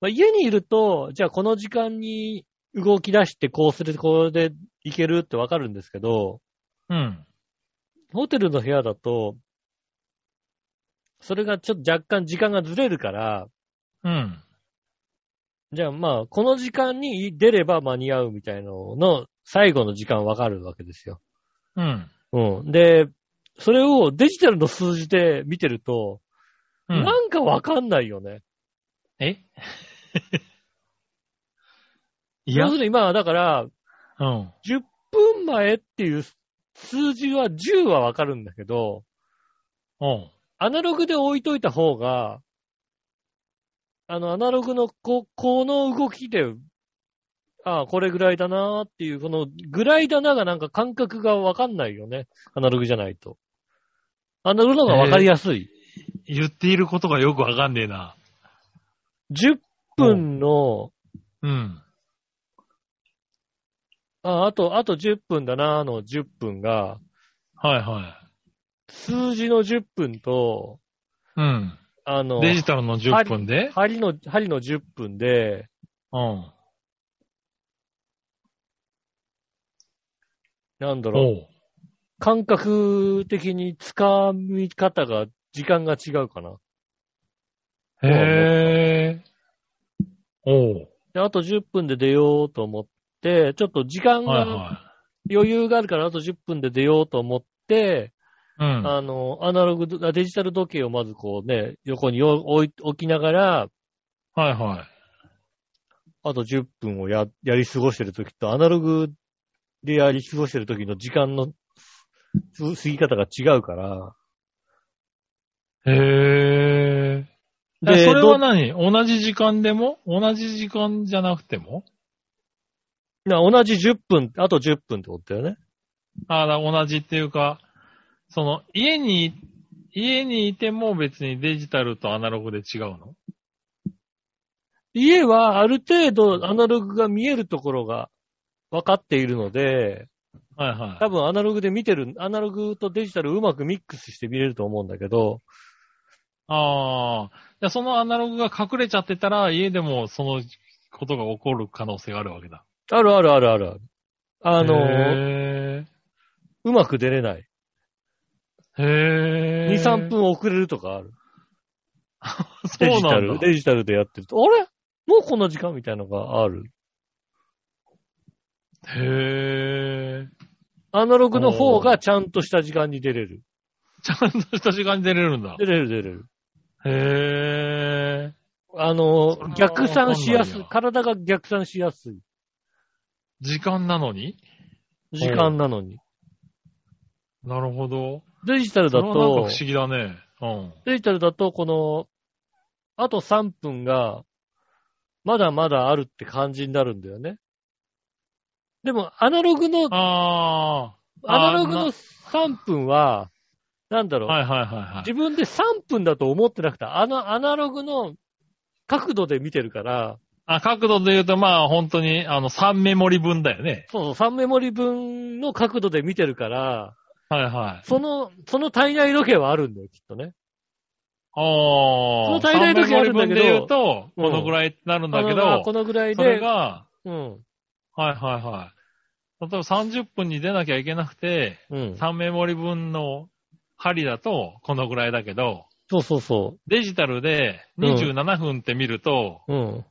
B: まあ、家にいると、じゃあこの時間に動き出してこうする、これで行けるってわかるんですけど、
C: うん。
B: ホテルの部屋だと、それがちょっと若干時間がずれるから、
C: うん。
B: じゃあまあ、この時間に出れば間に合うみたいのの最後の時間わかるわけですよ。
C: うん。
B: うん。で、それをデジタルの数字で見てると、
C: うん
B: なんかわかんないよね。
C: えい
B: 要
C: や
B: す、るに今はだから、
C: うん。
B: 10分前っていう数字は10はわかるんだけど、
C: おう
B: アナログで置いといた方が、あの、アナログのこ、この動きで、ああ、これぐらいだなーっていう、このぐらいだながなんか感覚がわかんないよね。アナログじゃないと。アナログの方がわかりやすい。
C: 言っていることがよくわかんねえな。
B: 10分の、
C: うん。
B: あ、あと、あと10分だなーの10分が、
C: はいは
B: 数字の10分と、
C: い。うん。
B: あの、
C: デジタルの10分で、
B: 針の、針の10分で、
C: うん。
B: なんだろう、
C: おう。
B: 感覚的に掴み方が、時間が違うかな。
C: へえ。おう。
B: で、あと10分で出ようと思って、ちょっと時間
C: はい
B: が
C: は
B: 余裕があるから、あと10分で出ようと思って、
C: い。うん。
B: あの、アナログ、あデジタル時計をまずこうね、横によ置い置きながら、
C: はいはい。
B: あと10分をや、やり過ごしてるときと、アナログでやり過ごしてるときの時間のす過ぎ方が違うから。
C: へえ。
B: で
C: えそれ
B: ど
C: は何同じ時間でも同じ時間じゃなくても
B: な同じ10分、あと10分ってことだよね。
C: ああ、だ同じっていうか、その、家に、家にいても別にデジタルとアナログで違うの
B: 家はある程度アナログが見えるところが分かっているので、
C: はいはい。
B: 多分アナログで見てる、アナログとデジタルをうまくミックスして見れると思うんだけど、
C: ああ。じゃあそのアナログが隠れちゃってたら、家でもそのことが起こる可能性があるわけだ。
B: あるあるあるあるある。あの、
C: へ
B: うまく出れない。
C: え。へえ。
B: 2、3。分遅れるとかある。
C: そう
B: デジタ
C: なん
B: ル、
C: だ。
B: デジタルでやってると、あれもうこんな時間みたいなのがある。
C: へえ。
B: アナログの方がちゃんとした時間に出れる。
C: ちゃんとした時間に出れるんだ。
B: 出れる出れる。
C: へえ。
B: あの
C: それ、は
B: 逆算しやす
C: わ
B: い。
C: か
B: 体が逆算しやすい。
C: 時間なのに
B: 時間なのに。
C: なるほど。
B: デジタル
C: そ
B: だ
C: れはなん
B: と
C: か不思、議だね。うん。
B: デジタルだとこの、あと3分が、まだまだあるって感じになるんだよね。でも、アナログの、
C: あ
B: アナログ
C: あ
B: の
C: な
B: 3分は、なんだ
C: あ。
B: ろう、
C: はいはいはいはい。
B: 自分で3分だと思ってなくて、あの、アナログの角度で見てるから、
C: あ、角度で言うと、まあ本当に、あの、3メモリ分だよね。
B: そうそう、3メモリ分の角度で見てるから、
C: はいはい。
B: その、その体内時計はあるんだよ、きっとね。
C: ああ。
B: その大々時計あるんだけど
C: 3メモリ分で言うと、
B: うん
C: このぐらいってなるんだけ
B: あのあ
C: ど
B: こ、のぐらい
C: それ
B: で、
C: が、
B: うん、
C: はいはいはい。例えば30分に出なきゃいけなくて、
B: うん。
C: 3メモリ分の針だと、このぐらいだけど、
B: そうそうそ
C: デジタルで27分って見ると、
B: う。うん。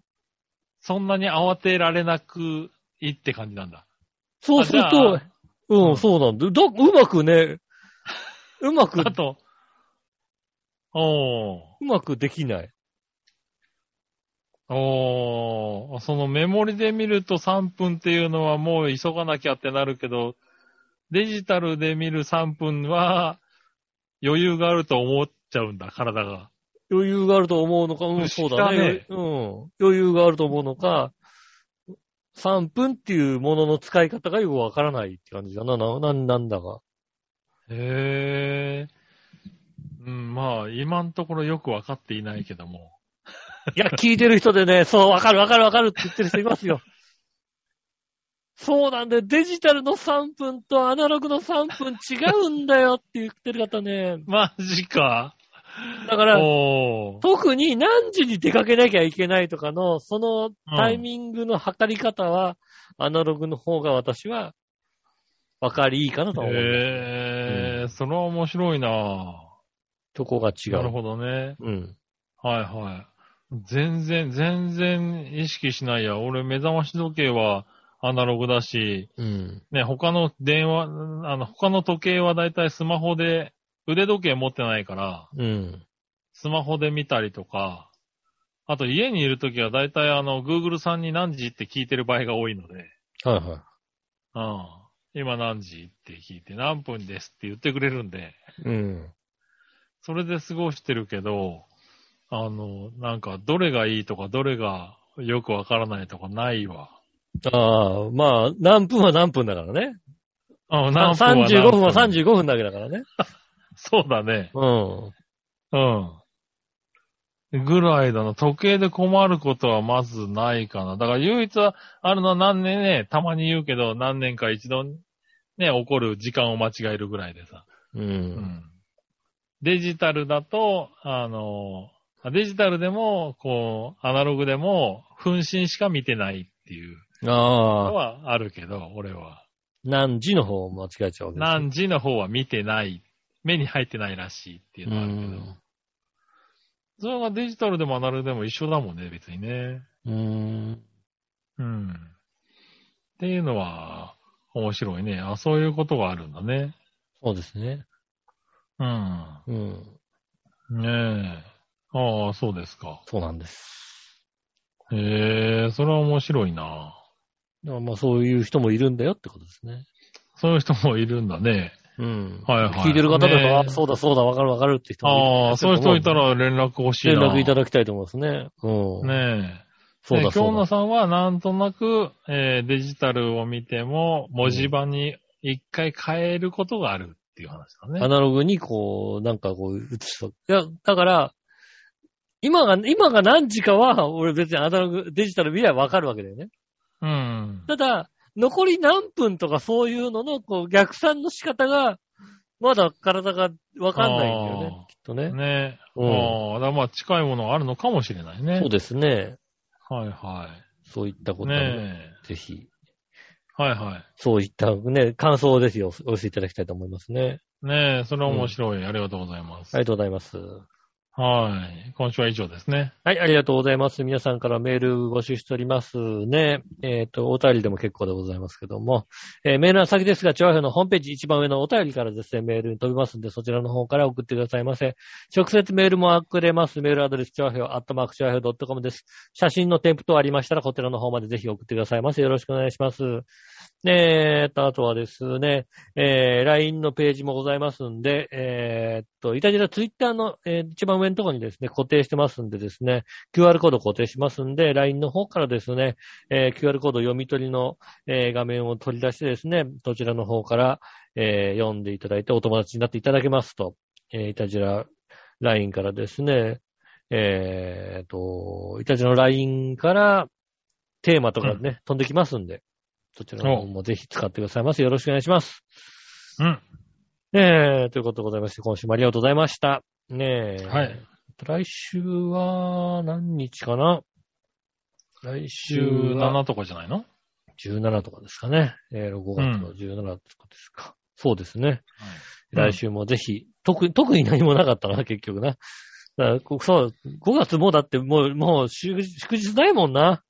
C: そんなに慌てられなくいいって感じなんだ。
B: そうする
C: あじゃ
B: と
C: あ、
B: う、
C: うんん
B: そうなんだ。だ、うまくね、うまく、
C: あ
B: う
C: と、おー。
B: まくできない。
C: おー、そのメモリで見ると3分っていうのはもう急がなきゃってなるけど、デジタルで見る3分は余裕があると思っちゃうんだ、体が。
B: 余裕があると思うのか、うん、
C: 不
B: そ
C: 思
B: う
C: 議
B: だ
C: だ
B: ね。
C: ね
B: うん。余裕があると思うのか、3分っていうものの使い方がよくわからないって感じだな、な、ななんだか。
C: へー。うん、まあ、今のところよくわかっていないけども。 [LAUGHS]
B: いや、聞いてる人でね、そう、わかるわかるわかるって言ってる人いますよ。 [LAUGHS] そうなんだよ。デジタルの3分とアナログの3分違うんだよって言ってる方ね。
C: マジか。
B: だから、
C: おー。
B: 特に何時に出かけなきゃいけないとかの、そのタイミングの測り方は、アナログの方が私は、分かりいいかなと思う。
C: えー、それは面白いな
B: とこが違
C: なる
B: う。
C: ほどね。
B: うん。
C: はいはい。全然、全然意識しないや。俺、目覚まし時計はアナログだし、
B: うん。
C: ね、他の電話、あの、他の時計はだいたいスマホで、腕時計持ってないから、
B: うん。
C: スマホで見たりとか、あと家にいるときはだいたいあの、Google さんに何時って聞いてる場合が多いので、
B: はいは
C: うん。今何時って聞いて、何分ですって言ってくれるんで、
B: い。うん。
C: それで過ごしてるけど、あの、なんか、どれがいいとか、どれがよくわからないとかないわ。
B: ああ、まあ、何分は何分だからね。
C: あ
B: な35分は35分だけだからね。
C: そうだね。
B: うん。
C: うん。ぐらいだな。時計で困ることはまずないかな。だから唯一あるのは何年ね、たまに言うけど、何年か一度ね、起こる時間を間違えるぐらいでさ。
B: う。
C: うんんデジタルだと、あの、デジタルでも、こう、アナログでも、分身しか見てないっていうの
B: ああ、
C: はあるけど、俺は。
B: 何時の方を間違えちゃうわけです
C: 何時の方は見てない。目に入ってないらしいっていう
B: う
C: のはあるけど。
B: ん。
C: それがデジタルでもアナログでも一緒だもんね、別にね。
B: うん。
C: うん。っていうのは、面白いね。あ、そういうことがあるんだね。
B: そうですね。
C: うん。
B: うん。
C: ねえ。ああ、そうですか。
B: そうなんです。
C: へえ、それは面白いな。
B: だからまあそういう人もいるんだよってことですね。
C: そういう人もいるんだね。
B: うん。
C: はいはい。
B: 聞いてる方とかは、
C: ねえ
B: そうだそうだ、わかるわかるって人もいる
C: ああ、そういう人いた
B: ら、
C: ら連絡欲しい
B: 連
C: な。
B: 絡いただきたいと思いますね。うん。
C: ねえ。
B: そう
C: ね
B: だ
C: え京
B: そう
C: 野
B: だ。
C: さんはなんとなく、えーデジタルを見ても、文字盤に一回変えることがあるっていう話だね。
B: アナログにこう、なんかこう映しと。いや、だから、今が、今が何時かは、俺別にアナログ、デジタル見りゃわかるわけだよね。
C: うん。
B: ただ、残り何分とかそういうのの、こう、逆算の仕方が、まだ体がわかんないんだよね
C: あ。
B: きっとね。
C: ねえ。
B: うん
C: ああ、だからまあ近いものがあるのかもしれないね。
B: そうですね。
C: はいは
B: そういったこ
C: い。
B: とを
C: ね
B: ぜひ、
C: え。はいは
B: そういったね、感想をぜひおお寄せいただきたいと思いますね。
C: い。ねえ、それは面白い。ありがとうございます。
B: ありがとうございます。
C: はい。今週は以上ですね。
B: はい、ありがとうございます。皆さんからメール募集しておりますね。えっ、と、お便りでも結構でございますけども。えーメールの先ですが、チョアヘのホームページ一番上のお便りからですね、メールに飛びますんで、そちらの方から送ってくださいませ。直接メールも送れます。メールアドレス、チョアヘオ、アットマークチョアヘオ .com です。写真の添付等ありましたら、こちらの方までぜひ送ってくださいませ。よろしくお願いします。えーっと、あとはですね、えー、LINE のページもございますんで、えーっと、イタジラツイッターの、えー一番上のところにですね、固定してますんでですね、QR コード固定しますんで、LINE の方からですね、えー QR コード読み取りの、えー画面を取り出してですね、どちらの方から、えー読んでいただいてお友達になっていただけますと、えーイタジラ LINE からですね、えーっと、イタジラの LINE からテーマとかね、飛んできますんで、そちらの方もぜひ使ってくださいませ。よろしくお願いします。
C: うん。
B: えー、ということでございまして、今週もありがとうございました。ねえ。
C: はい。
B: 来週は、何日かな来週は
C: 17とかじゃないの
B: 17とかですかね。えー、5月の17とかですか。そうですね。
C: うん
B: 来週もぜひ、特に、特に何もなかったな、結局な。だからこそう、5月もうだってもう、もう祝日祝日ないもんな。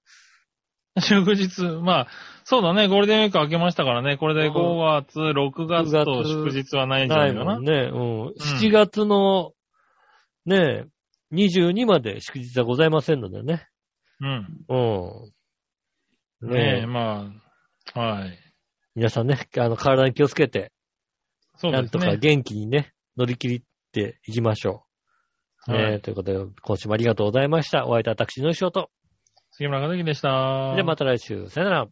C: [LAUGHS] 祝日、まあ、そうだね、ゴールデンウィーク明けましたからね、これで5月、6月と祝日はないんじゃ
B: な
C: ないいか
B: も
C: な。
B: んね。うん。7月の、ねえ、22まで祝日はございませんのでね。
C: うん。
B: うん。
C: ね
B: ね
C: え、
B: え、
C: まあ、はい。
B: 皆さんね、あの、体に気をつけて、
C: そう
B: な
C: で
B: ん
C: す
B: とか
C: ね。
B: 元気にね、乗り切っていきましょう。ねえ
C: は、い、
B: ということで、今週もありがとうございました。お会いいた私の仕事。
C: 杉村和樹でした。
B: ではまた来週。さよなら。